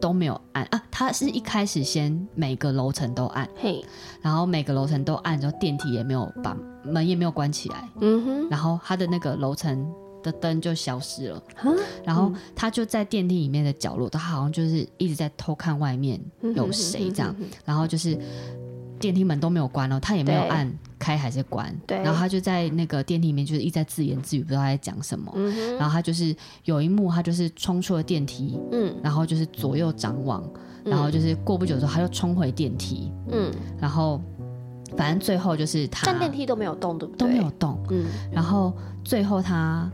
B: 都没有按啊，她是一开始先每个楼层都按，
A: 嘿，
B: 然后每个楼层都按，然后电梯也没有把门也没有关起来，
A: 嗯哼，
B: 然后她的那个楼层的灯就消失了，
A: 啊
B: 然后她就在电梯里面的角落，她好像就是一直在偷看外面有谁这样，，然后就是电梯门都没有关哦，他也没有
A: 对
B: 按开还是关，
A: 对
B: 然后他就在那个电梯里面就是一直在自言自语，不知道他在讲什么。
A: 嗯哼，
B: 然后他就是有一幕，他就是冲出了电梯，
A: 嗯
B: 然后就是左右张望，然后就是过不久之后他又冲回电梯，
A: 嗯，
B: 然后反正最后就是他
A: 站电梯都没有动，对不
B: 都
A: 对？
B: 没有，动，
A: 嗯，
B: 然后最后他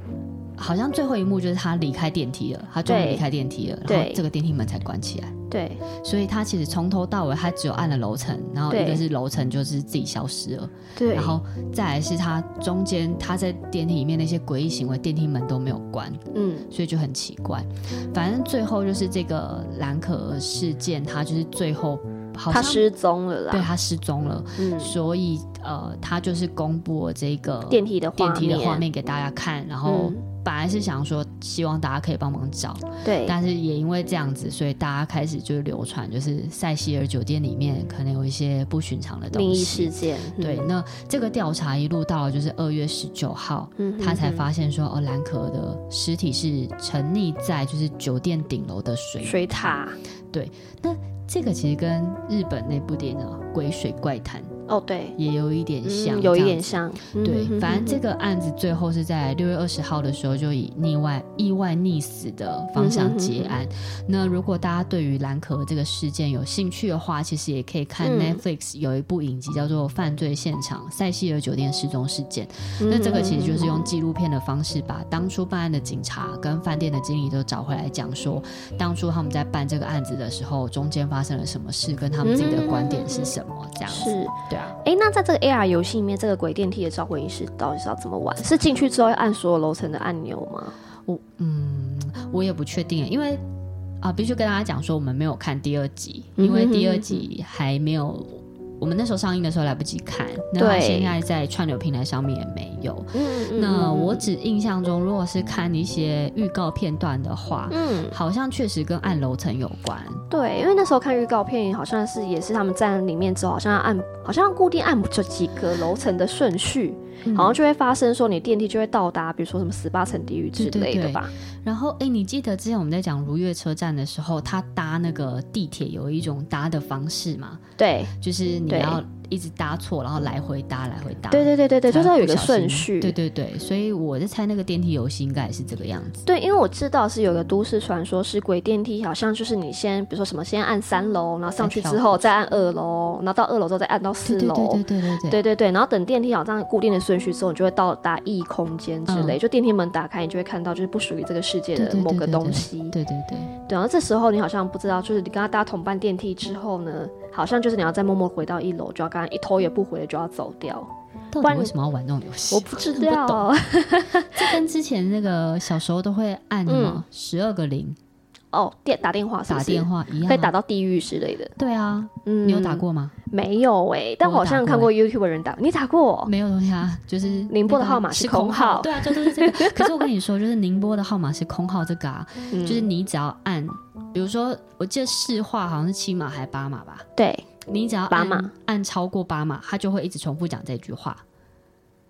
B: 好像最后一幕就是他离开电梯了，他终于
A: 对
B: 离开电梯了，然后
A: 对
B: 这个电梯门才关起来，
A: 对
B: 所以他其实从头到尾他只有按了楼层，然后一个
A: 对
B: 是楼层就是自己消失了，
A: 对，
B: 然后再来是他中间他在电梯里面那些诡异行为，电梯门都没有关，
A: 嗯
B: 所以就很奇怪。反正最后就是这个兰可儿事件，他就是最后好
A: 他
B: 像
A: 失踪了
B: 对
A: 啦，
B: 他失踪了，
A: 嗯，
B: 所以呃，他就是公布了这个
A: 电梯的画
B: 电
A: 面，
B: 梯的画面给大家看，然后
A: 嗯，
B: 本来是想说希望大家可以帮忙找，
A: 对，
B: 但是也因为这样子，所以大家开始就流传，就是塞西尔酒店里面可能有一些不寻常的
A: 灵
B: 东
A: 异事
B: 西。
A: 件，嗯
B: 对，，那这个调查一路到了就是二月十九号，
A: 嗯
B: 他才发现说，哦，兰可儿的尸体是沉溺在就是酒店顶楼的水
A: 水。塔，
B: 这个其实跟日本那部电影啊《鬼水怪谈》
A: 哦对，
B: 也有一点像，
A: 嗯有一
B: 这样
A: 点
B: 子
A: 像，
B: 对
A: 嗯，哼
B: 反正这
A: 哼
B: 个案子最后是在六月二十号的时候，就以溺外意外溺死的
A: 嗯
B: 方向结案。那如果大家对于蓝可儿这个事件有兴趣的话，其实也可以看
A: 嗯
B: Netflix 有一部影集叫做《犯罪现场：塞西尔酒店失踪事件》。
A: 哼
B: 那这个其实就是
A: 嗯
B: 用
A: 哼
B: 纪录片的方式，把当初办案的警察跟饭店的经理都找回来，讲说当初他们在办这个案子的时候，中间发生了什么事，跟他们自己的观点是什么，这样子。
A: 是。
B: 对啊，
A: 哎，那在这个 AR 游戏里面，这个鬼电梯的招魂仪式到底是要怎么玩？是进去之后要按所有楼层的按钮吗？
B: 我嗯，我也不确定耶，因为啊，必须跟大家讲说，我们没有看第二集，
A: 嗯哼
B: 因为第二
A: 哼
B: 集还没有。我们那时候上映的时候来不及看，那它
A: 对
B: 现在在串流平台上面也没有。
A: 嗯嗯
B: 那
A: 嗯
B: 我只印象中，如果是看一些预告片段的话，
A: 嗯，
B: 好像确实跟按楼层有关。
A: 对，因为那时候看预告片，好像是也是他们站里面之后，好像要按，好像要固定按这几个楼层的顺序，
B: 嗯
A: 好像就会发生说你电梯就会到达，比如说什么十八层地狱之
B: 对对
A: 类的
B: 对
A: 吧。
B: 然后，哎，你记得之前我们在讲如月车站的时候，他搭那个地铁有一种搭的方式嘛，
A: 对
B: 就是你
A: 对
B: 要一直搭错，然后来回搭，来回搭。
A: 对对对对对，就是要有一个顺序。
B: 对对对，所以我在猜那个电梯游戏应该也是这个样子。
A: 对，因为我知道是有个都市传说，是鬼电梯，好像就是你先，比如说什么，先按三楼，然后上去之后再按二楼，然后到二楼之后再按到四
B: 对对
A: 楼，
B: 对对对对对。
A: 对对对，然后等电梯好像固定的顺序之后，你就会到达异空间之类，就电梯门打开，你就会看到就是不属于这个世界
B: 嗯对
A: 的
B: 对
A: 某
B: 对
A: 个
B: 对
A: 东西。
B: 对对对，
A: 对，然后这时候你好像不知道，就是你跟他搭同伴电梯之后呢，好像就是你要再默默回到一楼，就要跟他一头也不回的就要走掉。
B: 到
A: 不然
B: 底为什么要玩那种游戏？
A: 我不
B: [LAUGHS]
A: 知
B: 不懂
A: 道
B: 这跟之前那个小时候都会按什么十二个零
A: 哦，电打电嗯话是不
B: 打
A: 是
B: 电话一样啊，
A: 可以打到地狱之类的。
B: 对啊，
A: 嗯，
B: 你有打？过吗？
A: 没有哎、但
B: 我
A: 我好
B: 打
A: 像
B: 过
A: 看
B: 欸
A: 过 YouTube 人打，你打过哦？
B: 没有东西啊，就是
A: 嗯宁波的
B: 那个
A: 号码是
B: 是
A: 空号
B: 对啊，就都是
A: [LAUGHS]
B: 这个。可是我跟你说，就是宁波的号码是空号这个啊，
A: 嗯
B: 就是你只要按，比如说我记得市话好像是七码还八码吧，
A: 对
B: 你只要
A: 八
B: 按
A: 码
B: 按超过八码，它就会一直重复讲这句话。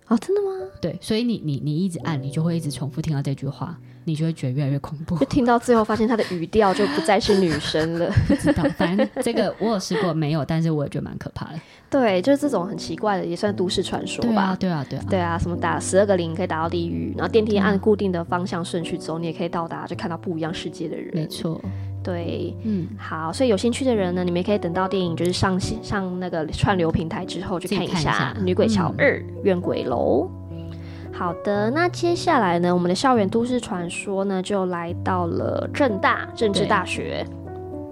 A: 哦，真的吗？
B: 对，所以你你你一直按，你就会一直重复听到这句话，你就会觉得越来越恐
A: [LAUGHS]
B: 怖
A: 就。听到最后发现他的语调就不再是女生了。
B: 不知道，反正这个我有试过，没有，但是我也觉得蛮可怕的。
A: 对，就是这种很奇怪的，也算都市传说
B: 对啊，
A: 吧。
B: 对啊，对啊。
A: 对啊，什么打十二个零可以打到地狱，然后电梯
B: 嗯
A: 按固定的方向顺序之后，你也可以到达，就看到不一样世界的人。
B: 没错，
A: 对，
B: 嗯，
A: 好，所以有兴趣的人呢，你们也可以等到电影就是上线上那个串流平台之后去
B: 自己
A: 看一
B: 看一
A: 下
B: 下
A: 《女鬼桥
B: 嗯
A: 二：怨鬼楼》。好的，那接下来呢，我们的校园都市传说呢，就来到了正大政治
B: 对
A: 大学。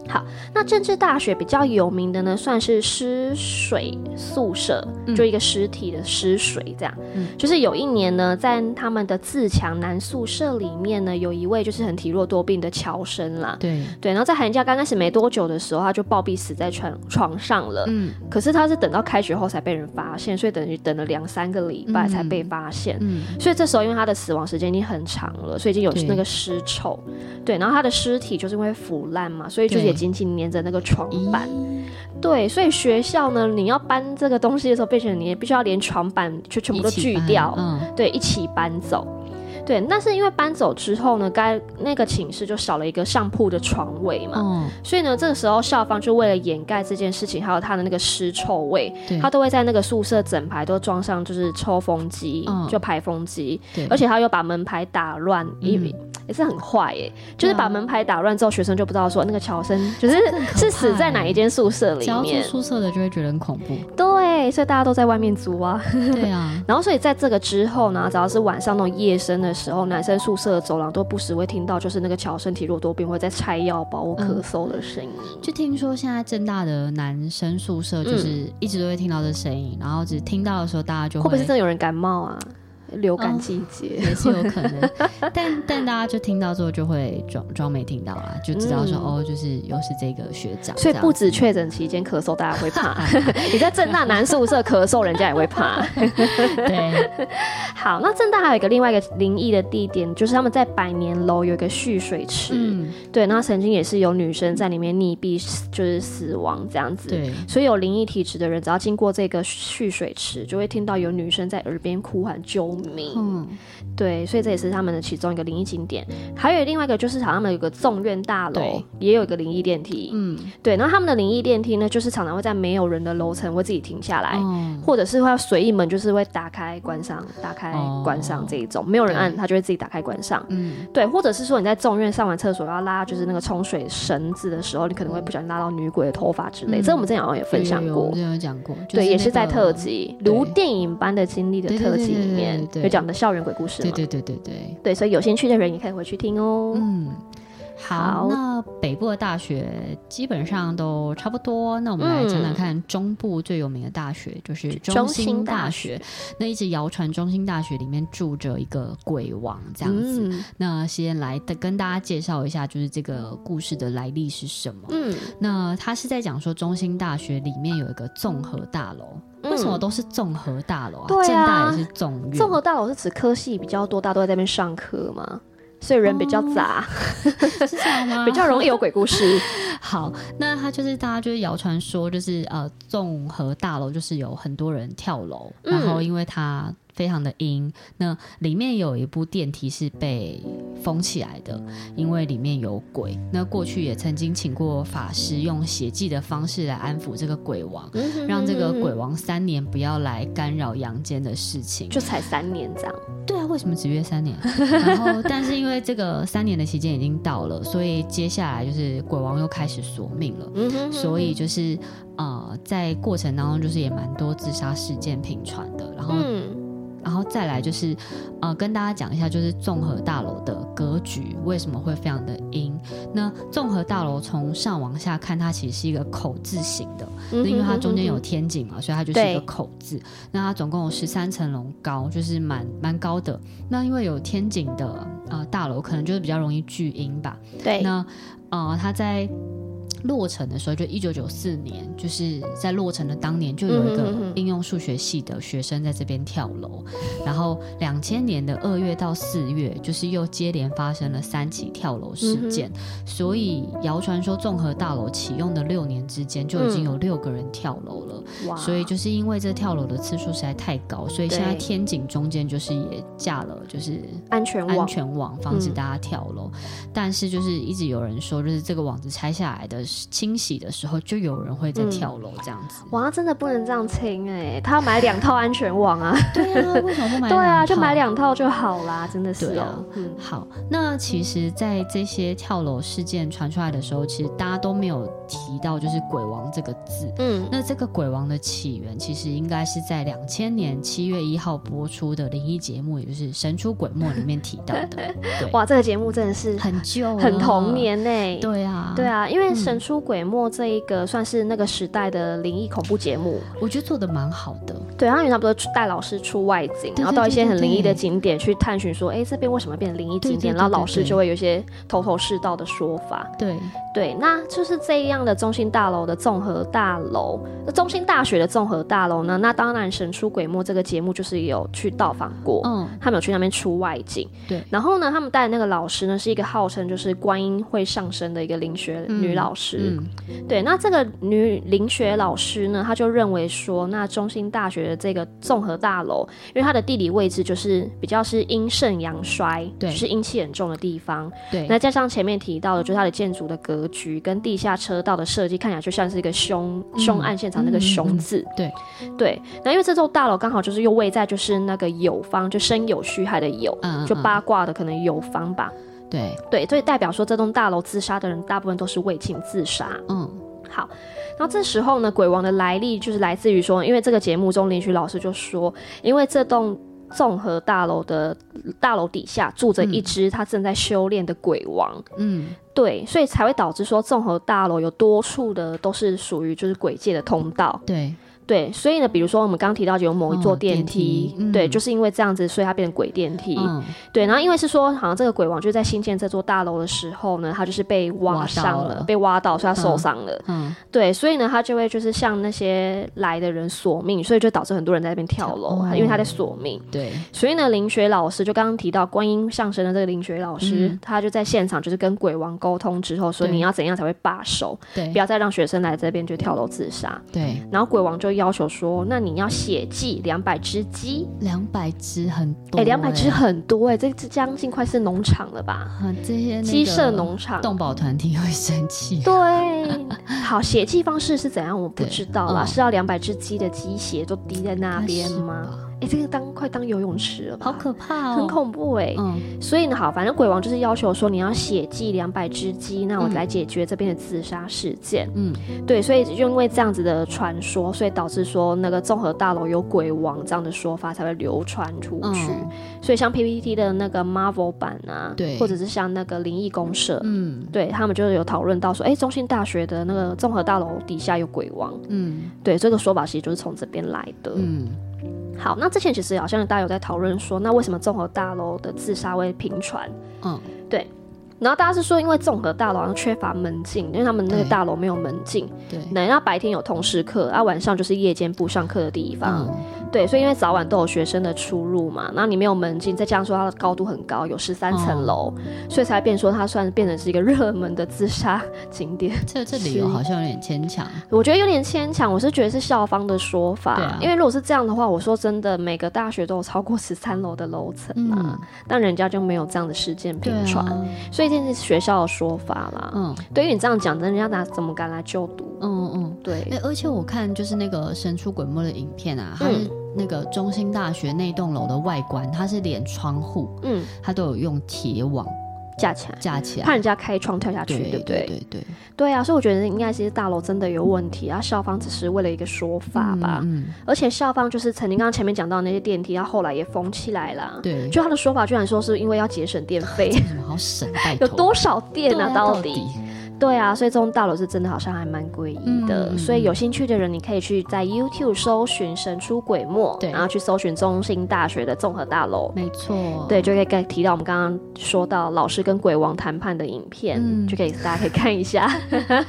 A: 好，那政治大学比较有名的呢，算是尸水宿舍，
B: 嗯
A: 就一个尸体的尸水这样。
B: 嗯
A: 就是有一年呢，在他们的自强男宿舍里面呢，有一位就是很体弱多病的乔生啦，
B: 对，
A: 对，然后在寒假刚开始没多久的时候，他就暴毙死在床床上了。
B: 嗯
A: 可是他是等到开学后才被人发现，所以等于等了两三个礼拜
B: 嗯
A: 才被发现。
B: 嗯，
A: 所以这时候，因为他的死亡时间已经很长了，所以已经有
B: 对
A: 那个尸臭，对，然后他的尸体就是因为腐烂嘛，所以就是
B: 对
A: 也紧紧粘着那个床
B: 咦
A: 板，对，所以学校呢，你要搬这个东西的时候，变成你也必须要连床板就全部都
B: 一起
A: 锯
B: 搬
A: 掉，
B: 嗯，
A: 对，一起搬走。对，但是因为搬走之后呢，该那个寝室就少了一个上铺的床位嘛，
B: 哦，
A: 所以呢，这个时候校方就为了掩盖这件事情，还有他的那个尸臭味，
B: 对，
A: 他都会在那个宿舍整排都装上就是抽风机，
B: 嗯
A: 就排风机，
B: 对，
A: 而且他又把门牌打乱，也、也是很坏耶、就是把门牌打乱之后，学生就不知道说那个乔生就是
B: 很啊可怕欸
A: 是死在哪一间宿舍
B: 只
A: 里
B: 要住
A: 面，
B: 宿舍的就会觉得很恐 [LAUGHS] 怖。
A: 对，所以大家都在外面租啊。
B: 对啊，
A: 然后，所以在这个之后呢，只要是晚上那种夜深的时候，男生宿舍的走廊都不时会听到，就是那个乔身体弱多病会在拆药包或
B: 嗯
A: 咳嗽的声音。
B: 就听说现在正大的男生宿舍
A: 嗯
B: 就是一直都会听到这声音，然后只听到的时候大家就
A: 会不会是真的有人感冒啊？流感季节、
B: 也是有可能，但但大家就听到之后就会装装没听到啦，就知道说、
A: 嗯
B: 哦，就是又是这个学长
A: [LAUGHS]
B: 这
A: 所以
B: 样，
A: 不止确诊期间咳嗽，大家会怕。 [LAUGHS] 你在正大男宿舍咳嗽，人家也会怕。 [LAUGHS]
B: 对，
A: 好，那正大还有一个另外一个灵异的地点，就是他们在百年楼有一个蓄水池，
B: 嗯，
A: 对，那曾经也是有女生在里面溺毙，就是死亡这样子。
B: 对，
A: 所以有灵异体质的人，只要经过这个蓄水池，就会听到有女生在耳边哭喊救命。
B: 嗯，
A: 对，所以这也是他们的其中一个灵异景点。还有另外一个就是，好像他们有个纵院大楼
B: 对，
A: 也有一个灵异电梯。
B: 嗯，
A: 对，然后他们的灵异电梯呢，就是常常会在没有人的楼层会自己停下来。
B: 哦，
A: 哎或者是会随意门，就是会打开关上、打开
B: 哦
A: 关上这一种，没有人按，它就会自己打开关上。
B: 嗯，
A: 对，或者是说你在众院上完厕所要拉就是那个冲水绳子的时候，你可能会不小心拉到女鬼的头发之类，
B: 嗯
A: 这我们之前好像也分享
B: 有有有
A: 过
B: 我们。之前有讲过，就
A: 对，也是
B: 那
A: 在
B: 个
A: 特，辑《
B: 对
A: 如电影般的经历》的
B: 对对
A: 特
B: 对
A: 辑
B: 对
A: 里
B: 对
A: 面
B: 对对
A: 有讲的校园鬼故事
B: 对
A: 嘛？
B: 对对对对，
A: 对，所以有兴趣的人也可以回去听哦。
B: 嗯。好
A: 好，
B: 那北部的大学基本上都差不多。那我们来讲讲看，中部最有名的大学就是中兴大学。那一直谣传中兴大学里面住着一个鬼王这样子。
A: 嗯
B: 那先来的跟大家介绍一下，就是这个故事的来历是什么。
A: 嗯，
B: 那他是在讲说，中兴大学里面有一个综合大楼，为什么都是综合大嗯楼啊？
A: 对啊
B: 正大也是综院，
A: 综合大楼是指科系比较多，大家都在那边上课嘛，所以人比较杂，
B: 是这样 [LAUGHS]
A: [LAUGHS]
B: 吗？
A: 比较容易有鬼故事。
B: 好，那他就是大家就是谣传说，就是呃，综合大楼就是有很多人跳楼，
A: 嗯
B: 然后因为它非常的阴，那里面有一部电梯是被封起来的，因为里面有鬼。那过去也曾经请过法师用血祭的方式来安抚这个鬼王。 [LAUGHS] 让这
A: 嗯
B: 个鬼王三年不要来干扰阳间的事情，
A: 就才三年这样。
B: 对啊，为什么只
A: [LAUGHS]
B: 约三年？然后，但是因为这个三年的期间已经到了，所以接下来就是鬼王又开始索命了。
A: 嗯哼
B: 所以就是呃，在过程当中，就是也蛮多自杀事件频传的。然后，
A: 嗯，
B: 然后再来就是呃，跟大家讲一下，就是综合大楼的格局为什么会非常的阴。那综合大楼从上往下看，它其实是一个口字形的，
A: 嗯
B: 那因为它中间有天井嘛，所以它就是一个口字。那它总共有十三层楼高，就是蛮蛮高的。那因为有天井的呃大楼，可能就是比较容易聚阴吧。
A: 对，
B: 那呃，它在落成的时候，就一九九四年，就是在落成的当年，就有一
A: 嗯哼哼
B: 个
A: 哼
B: 应用数学系的学生在这边跳楼。然后两千年的二月到四月，就是又接连发生了三起跳楼
A: 嗯
B: 事件，所以谣传说综合大楼启用的六年之间，就已
A: 嗯
B: 经有六个人跳楼了。
A: 哇
B: 所以就是因为这跳楼的次数实在太高，所以现在
A: 对
B: 天井中间就是也架了，就是
A: 安全
B: 安
A: 网，
B: 全网，嗯防止大家跳楼。但是就是一直有人说，就是这个网子拆下来的清洗的时候，就有人会在跳楼这样子。
A: 哇，真的不能这样清哎，他要买两套安全网
B: [LAUGHS]
A: 啊，
B: 对啊，为什么不买
A: 对啊，就买
B: 两套。
A: 两套就好啦，真的是
B: 对啊
A: 哦，嗯
B: 好，那其实，在这些跳楼事件传出来的时候，其实大家都没有提到就是“鬼王”这个字。
A: 嗯
B: 那这个鬼王的起源，其实应该是在两千年七月一号播出的灵异节目，也就是《神出鬼没》里面提到的。 [LAUGHS] 对，
A: 哇，这个节目真的是
B: 很啊旧，
A: 很童。年欸呢。
B: 对啊，
A: 对，啊，因为《神出鬼没》这一个算是那个时代的灵异恐怖节目，
B: 我觉得做的蛮好的。
A: 对，然后因为他们都带老师出外景，
B: 对
A: 然后到一些
B: 对对
A: 很灵异的
B: 对
A: 景点去探寻，说，哎，这边为什么变成灵异景
B: 对对
A: 点？
B: 对
A: 然后
B: 对
A: 老师
B: 对
A: 就会有一些头头是道的说法。
B: 对，
A: 对，那就是这样的中心大楼的综合大楼，那中心大学的综合大楼呢？那当然，《神出鬼没》这个节目就是有去到访过。
B: 嗯，
A: 他们有去那边出外景，
B: 对嗯
A: 然后呢，他们带的那个老师呢，是一个号称就是观音会上身的一个灵学女老师。对，那这个女林学老师呢，她就认为说，那中兴大学的这个综合大楼，因为它的地理位置就是比较是阴盛阳衰，
B: 对
A: 就是阴气很重的地方。
B: 对，
A: 那加上前面提到的，就是它的建筑的格局跟地下车道的设计，看起来就像是一个凶
B: 嗯
A: 凶案现场那个
B: 嗯嗯
A: 凶
B: 嗯
A: 字。
B: 对
A: 对，那因为这座大楼刚好就是又位在就是那个酉方，就生酉戌亥的酉，
B: 嗯嗯
A: 就
B: 嗯
A: 八卦的可能酉方吧。
B: 对，
A: 对，所以代表说这栋大楼自杀的人大部分都是为情自杀。
B: 嗯
A: 好，然后这时候呢，鬼王的来历就是来自于说，因为这个节目中林许老师就说，因为这栋综合大楼的大楼底下住着一只他正在修炼的鬼王，
B: 嗯，
A: 对，所以才会导致说综合大楼有多处的都是属于就是鬼界的通道，
B: 对，
A: 对，所以呢，比如说我们刚提到有某一座
B: 哦
A: 电
B: 电
A: 梯
B: 梯，嗯
A: 对，就是因为这样子，所以它变成鬼电梯，
B: 嗯，
A: 对，然后因为是说，好像这个鬼王就在新建这座大楼的时候呢，他就是被挖
B: 挖
A: 伤
B: 到
A: 了，
B: 了
A: 被挖到，所以他受
B: 嗯
A: 伤了。
B: 嗯，
A: 对，所以呢，他就会就是向那些来的人索命，所以就导致很多人在那边跳楼，啊
B: 哦
A: 因为他在索命。
B: 对，
A: 所以呢，林学老师就刚刚提到观音上身的这个林学老师，
B: 嗯
A: 他就在现场就是跟鬼王沟通之后说，
B: 对
A: 你要怎样才会罢手，
B: 对
A: 不，要再让学生来这边就跳楼自杀。
B: 对，
A: 然后鬼王就要求说，那你要血祭两百只鸡，
B: 两百只很多，欸
A: 哎，两百只，很多哎、这这将近快是农场了吧？
B: 很这些那
A: 鸡
B: 个
A: 舍农场。
B: 动保团体会生 [LAUGHS] 气，
A: 对， [LAUGHS] 好，血祭方式是怎样？我不
B: 对
A: 知道啦，
B: 嗯
A: 是要两百只鸡的鸡血都滴在那边吗？
B: 是吧？
A: 哎、这个当快当游泳池了吧？
B: 好可怕哦，
A: 很恐怖哎、
B: 嗯，
A: 所以呢，好，反正鬼王就是要求说你要血祭两百只鸡，那我
B: 嗯
A: 来解决这边的自杀事件。
B: 嗯
A: 对，所以就因为这样子的传说，所以导致说那个综合大楼有鬼王这样的说法才会流传出去。
B: 嗯
A: 所以像 PPT 的那个 Marvel 版啊，
B: 对
A: 或者是像那个灵异公社，
B: 嗯
A: 对他们就是有讨论到说，哎，中兴大学的那个综合大楼底下有鬼王，
B: 嗯
A: 对这个说法其实就是从这边来的。
B: 嗯，
A: 好，那之前其实好像大家有在讨论说，那为什么综合大楼的自杀会频传？
B: 嗯，
A: 然后大家是说，因为综合大楼好像缺乏门禁，因为他们那个
B: 对
A: 大楼没有门禁，
B: 对，
A: 那那白天有通识课，啊晚上就是夜间不上课的地方，
B: 嗯
A: 对，所以因为早晚都有学生的出入嘛，那你没有门禁，再加上说它的高度很高，有十三层
B: 哦
A: 楼，所以才变说它算变成是一个热门的自杀 [LAUGHS] 景点。
B: 这这理由好像有点牵强，
A: 我觉得有点牵强，我是觉得是校方的说法，
B: 对啊
A: 因为如果是这样的话，我说真的，每个大学都有超过十三楼的楼层啊，
B: 嗯，
A: 那、人家就没有这样的事件频
B: 对啊
A: 传，，所以这是学校的说法啦。
B: 嗯
A: 对于你这样讲，人家哪怎么敢来就读？
B: 嗯嗯。
A: 对，
B: 哎、而且我看就是那个《神出鬼没》的影片啊，它
A: 嗯
B: 是那个中兴大学那栋楼的外观，它是连窗户
A: 嗯，
B: 它都有用铁网
A: 架起来，
B: 架起
A: 怕
B: 来，
A: 人家开窗跳下去，对
B: 对
A: 不对？
B: 对对对，
A: 对啊，所以我觉得应该其实大楼真的有问题，啊，校方只是为了一个说法吧。
B: 嗯，嗯
A: 而且校方就是曾经刚刚前面讲到那些电梯，它后来也封起来啦。
B: 对，
A: 就他的说法，居然说是因为要节省电
B: [LAUGHS]
A: 费。
B: 有什么好省？拜
A: 有
B: 托
A: 多少店
B: 对
A: 啊？
B: 啊
A: 到
B: 到
A: 底？对啊，所以这栋大楼是真的好像还蛮诡异的。
B: 嗯嗯
A: 所以有兴趣的人，你可以去在 YouTube 搜寻“神出鬼没”，
B: 对
A: 然后去搜寻中兴大学的综合大楼。
B: 没错，
A: 对，就可以看提到我们刚刚说到老师跟鬼王谈判的影片，
B: 嗯
A: 就可以大家可以看一
B: [LAUGHS]
A: 下。
B: 对，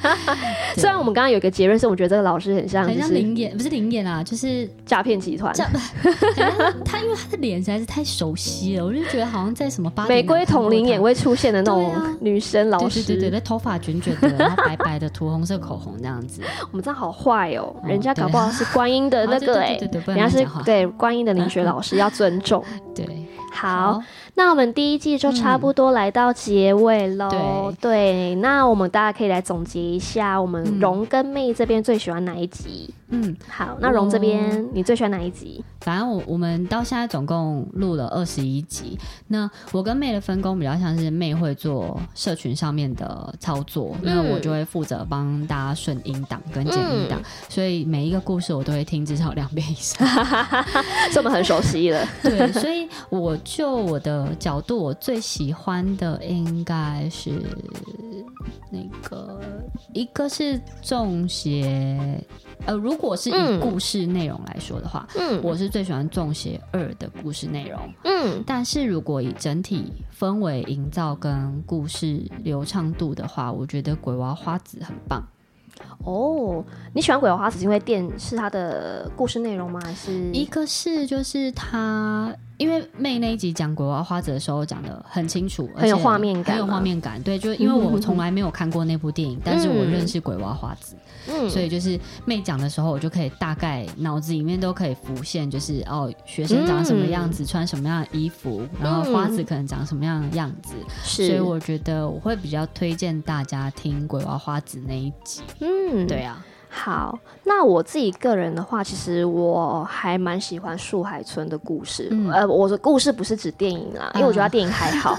A: 虽然我们刚刚有一个结论是，我觉得这个老师很像
B: 很
A: 就
B: 像
A: 是
B: 灵眼，不是灵眼
A: [LAUGHS]
B: 啊，就是
A: 诈骗集团，
B: 这很像他，因为他的脸实在是太熟悉了，我就觉得好像在什么八点
A: 玫
B: 档
A: 瑰
B: 看过
A: 同龄
B: 他
A: 也会出现的那种
B: 对啊
A: 女生老
B: 对
A: 师。
B: 对对对，那头发卷卷的，然后白白的，涂红色口红那样
A: [LAUGHS]
B: 子，
A: 我们这样好坏哦，
B: 嗯
A: 人家搞不好是观音
B: [LAUGHS]
A: 的
B: 对
A: 那个哎、
B: 啊对对对对对不
A: 人
B: 能
A: 家是
B: 乱讲话嗯
A: 对观音的灵学老师要尊
B: [LAUGHS]
A: 重。
B: 对，
A: 好，，那我们第一季就差不多来到结尾喽、
B: 嗯
A: 对，那我们大家可以来总结一下，我们
B: 嗯
A: 荣跟妹这边最喜欢哪一集？
B: 嗯，
A: 好，那荣这边你最喜欢哪一
B: [LAUGHS]
A: 集？
B: 反正我我们到现在总共录了二十一集。那我跟妹的分工比较像是妹会做社群上面的操作，
A: 嗯
B: 那我就会负责帮大家顺音档跟剪音
A: 嗯
B: 档，所以每一个故事我都会听至少两遍以上。
A: [LAUGHS] 这我们很熟悉了，
B: 对，所以我就我的角度，我最喜欢的应该是那个一个是中邪，呃，如果是以
A: 嗯
B: 故事内容来说的话，
A: [LAUGHS] 嗯
B: 我是最喜欢《中邪二》的故事内容，
A: 嗯
B: 但是如果以整体氛围营造跟故事流畅度的话，我觉得《鬼娃花子》很棒。
A: 哦，你喜欢鬼娃花嗯子是因为电是它的故事内容吗？还是
B: 一个是就是它因为妹那一集讲国外花子的时候讲的很清楚，而
A: 很有
B: 且
A: 画面感
B: 很有
A: 嘛
B: 画面感。对，就是因为
A: [LAUGHS]
B: 我从来没有看过那部电影，但是我认识鬼娃花子，
A: 嗯，
B: 所以就是妹讲的时候，我就可以大概脑子里面都可以浮现，就是哦，学生长什么样
A: 嗯
B: 子，穿什么样的衣服，然后花子可能长什么样的样子。
A: 是，
B: 所以我觉得我会比较推荐大家听鬼娃花子那一集。
A: 嗯，
B: 对啊，
A: 好，那我自己个人的话，其实我还蛮喜欢树海村的故事。
B: 嗯啊
A: 呃，我的故事不是指电影啦，因为我觉得它电影还
B: [LAUGHS]
A: 好。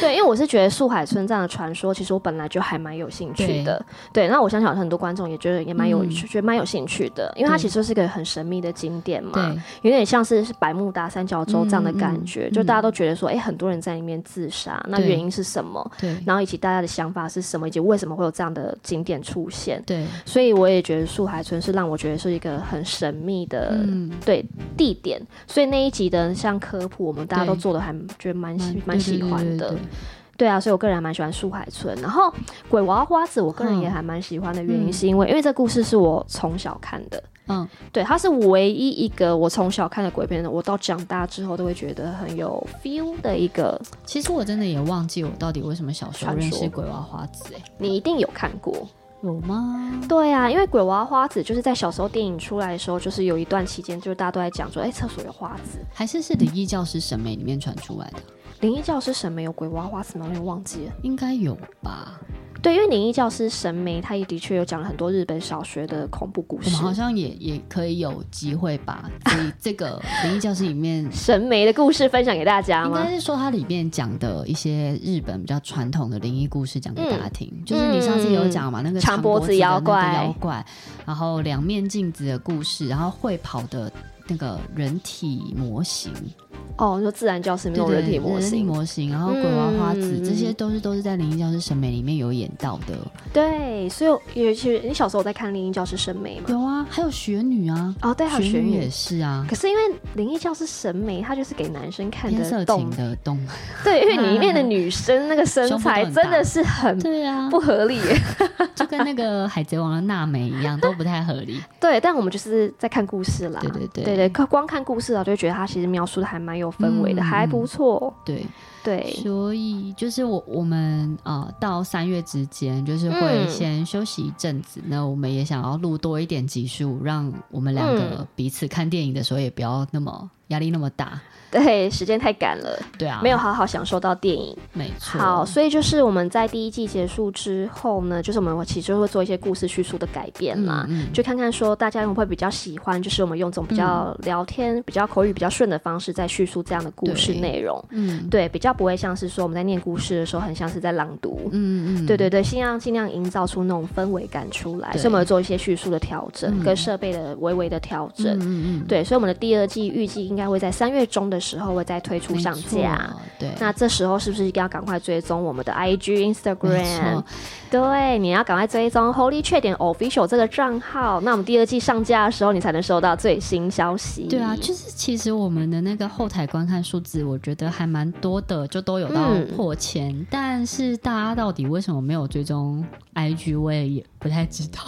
A: 对，因为我是觉得树海村这样的传说，其实我本来就还蛮有兴趣的。对，那我相信好像很多观众也觉得也蛮有、
B: 嗯
A: 觉得蛮有兴趣的，因为它
B: 对
A: 其实就是一个很神秘的景点嘛。
B: 对，
A: 有点像是是百慕达三角洲这样的感觉，
B: 嗯嗯
A: 就大家都觉得说，哎、很多人在里面自杀，那
B: 对
A: 原因是什么？
B: 对，
A: 然后以及大家的想法是什么，以及为什么会有这样的景点出现？
B: 对，
A: 所以我也觉得树海村是让我觉得是一个很神秘的、
B: 嗯，
A: 对地点，所以那一集的像科普，我们大家都
B: 对
A: 做的还觉得蛮
B: 蛮
A: 喜蛮喜欢的。
B: 嗯对对对对
A: 对啊，所以我个人还蛮喜欢树海村。然后鬼娃娃花子，我个人也还蛮喜欢的原因，
B: 嗯
A: 是因为、因为这故事是我从小看的，
B: 嗯，
A: 对，它是唯一一个我从小看的鬼片，我到长大之后都会觉得很有 feel 的一个。
B: 其实我真的也忘记我到底为什么小时候认识鬼娃花子、哎，
A: 你一定有看过，
B: 有吗？
A: 对啊，因为鬼娃娃花子就是在小时候电影出来的时候，就是有一段期间，就是大家都在讲说，哎、厕所有花子，
B: 还是是灵异教师审美里面传出来的？
A: 灵异教师审美有鬼娃花子吗？我有点忘记了。
B: 应该有吧？
A: 对，因为灵异教师审美，他也的确有讲了很多日本小学的恐怖故
B: 我
A: 事
B: 们。好像也也可以有机会把这这个灵异教师里
A: [LAUGHS]
B: 面，
A: 审美的故事分享给大家
B: 应
A: 吗
B: 该？是说它里面讲的一些日本比较传统的灵异故事讲
A: 嗯
B: 给大家听。就是你上次有讲嘛，那个
A: 长
B: 长
A: 脖
B: 子
A: 子妖
B: 的那个
A: 怪
B: 妖怪，然后两面镜子的故事，然后会跑的那个人体模型。
A: 哦，你说自然教师那
B: 对
A: 种
B: 对，
A: 人体模
B: 人体
A: 型，
B: 模型，然后鬼娃花子，
A: 嗯
B: 这些都是都是在灵异教师审美里面有演到的。
A: 对，所以尤其你小时候有在看灵异教师审美嘛？
B: 有啊，还有雪女啊，
A: 哦，对，还有
B: 雪
A: 学
B: 也
A: 女。
B: 是啊，
A: 可是因为灵异教师审美，它就是给男生看
B: 偏色
A: 的动
B: 情，的动，
A: [LAUGHS] 对，因为里面的女生那个身材
B: 胸部都很大
A: 真的是很
B: 对啊
A: 不，合理耶。
B: 就跟那个海贼王的娜美一样，都不太合
A: [LAUGHS]
B: 理。
A: 对，但我们就是在看故事啦。
B: 对对对
A: 对对，光光看故事啊，就会觉得他其实描述的还蛮有氛围的，
B: 嗯
A: 还不错。
B: 对，
A: 对，
B: 所以就是我我们呃到三月之间，就是会
A: 嗯
B: 先休息一阵子。那我们也想要录多一点集数，让我们两
A: 嗯
B: 个彼此看电影的时候也不要那么压力那么大。
A: 对，时间太赶了，
B: 对啊，
A: 没有好好享受到电影。
B: 没错。
A: 好，所以就是我们在第一季结束之后呢，就是我们其实会做一些故事叙述的改变啦。
B: 嗯嗯
A: 就看看说大家会不会比较喜欢，就是我们用这种比较聊天、比较口语、比较顺的方式在叙述这样的故事
B: 对
A: 内容，
B: 嗯
A: 对，比较不会像是说我们在念故事的时候很像是在朗读，
B: 嗯嗯，
A: 对对对，尽量尽量营造出那种氛围感出来，
B: 对
A: 所以我们有做一些叙述的调整、
B: 嗯
A: 跟设备的微微的调整。
B: 嗯嗯嗯，
A: 对，所以我们的第二季预计应该会在三月中的时候会再推出
B: 没
A: 上
B: 错
A: 架。，
B: 对。
A: 那这时候是不是一定要赶快追踪我们的 IG、Instagram？
B: 错
A: 对，你要赶快追踪 Holy 确点 Official 这个账号。那我们第二季上架的时候，你才能收到最新消息。
B: 对啊，就是其实我们的那个后台观看数字，我觉得还蛮多的，就都有到
A: 嗯
B: 破千。但是大家到底为什么没有追踪 IG，我也也不太知
A: [LAUGHS]
B: 道。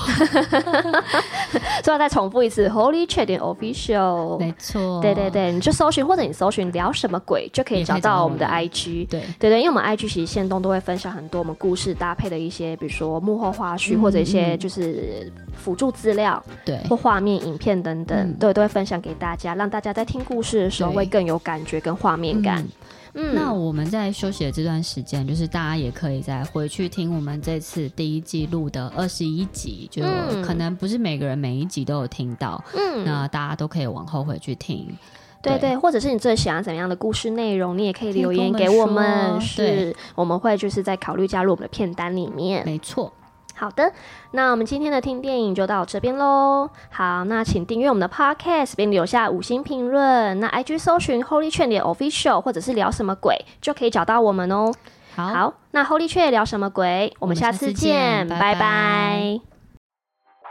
A: 所以我再重复一次 Holy 确点 Official。
B: 没错，
A: 对对对，你就搜寻或者你搜寻聊什么鬼，就可以
B: 也可
A: 找
B: 以找到
A: 到
B: 我
A: 我
B: 们
A: 们的 IG。
B: 对
A: 对对，因为我们 IG 其实线动都会分享很多我们故事搭配的一些，比如说幕后花絮、
B: 嗯
A: 或者一些
B: 嗯
A: 就是辅助资料
B: 对
A: 或画面、影片等等，
B: 嗯
A: 对，都会分享给大家，让大家在听故事的时候
B: 对
A: 会更有感觉跟画面感
B: 嗯。
A: 嗯，
B: 那我们在休息的这段时间，就是大家也可以再回去听我们这次第一季录的二十一集，就
A: 嗯
B: 可能不是每个人每一集都有听到，
A: 嗯，
B: 那大家都可以往后回去听。
A: 对
B: 对
A: 对，或者是你最喜欢怎么样的故事内容，你也可以
B: 可以
A: 留言
B: 跟
A: 给
B: 我
A: 我
B: 们
A: 们，
B: 说
A: 是我们会就是在考虑加入我们的片单里面。
B: 没错，
A: 好的，那我们今天的听电影就到这边喽。好，那请订阅我们的 Podcast，并留下五星评论。那 IG 搜寻 Holy 劝点 Official，或者是聊什么鬼，就可以找到我们哦。
B: 好
A: 好，那 Holy 劝聊什么鬼，我
B: 我
A: 们
B: 们
A: 下
B: 下
A: 次
B: 次
A: 见，
B: 见
A: 拜
B: 拜
A: 拜
B: 拜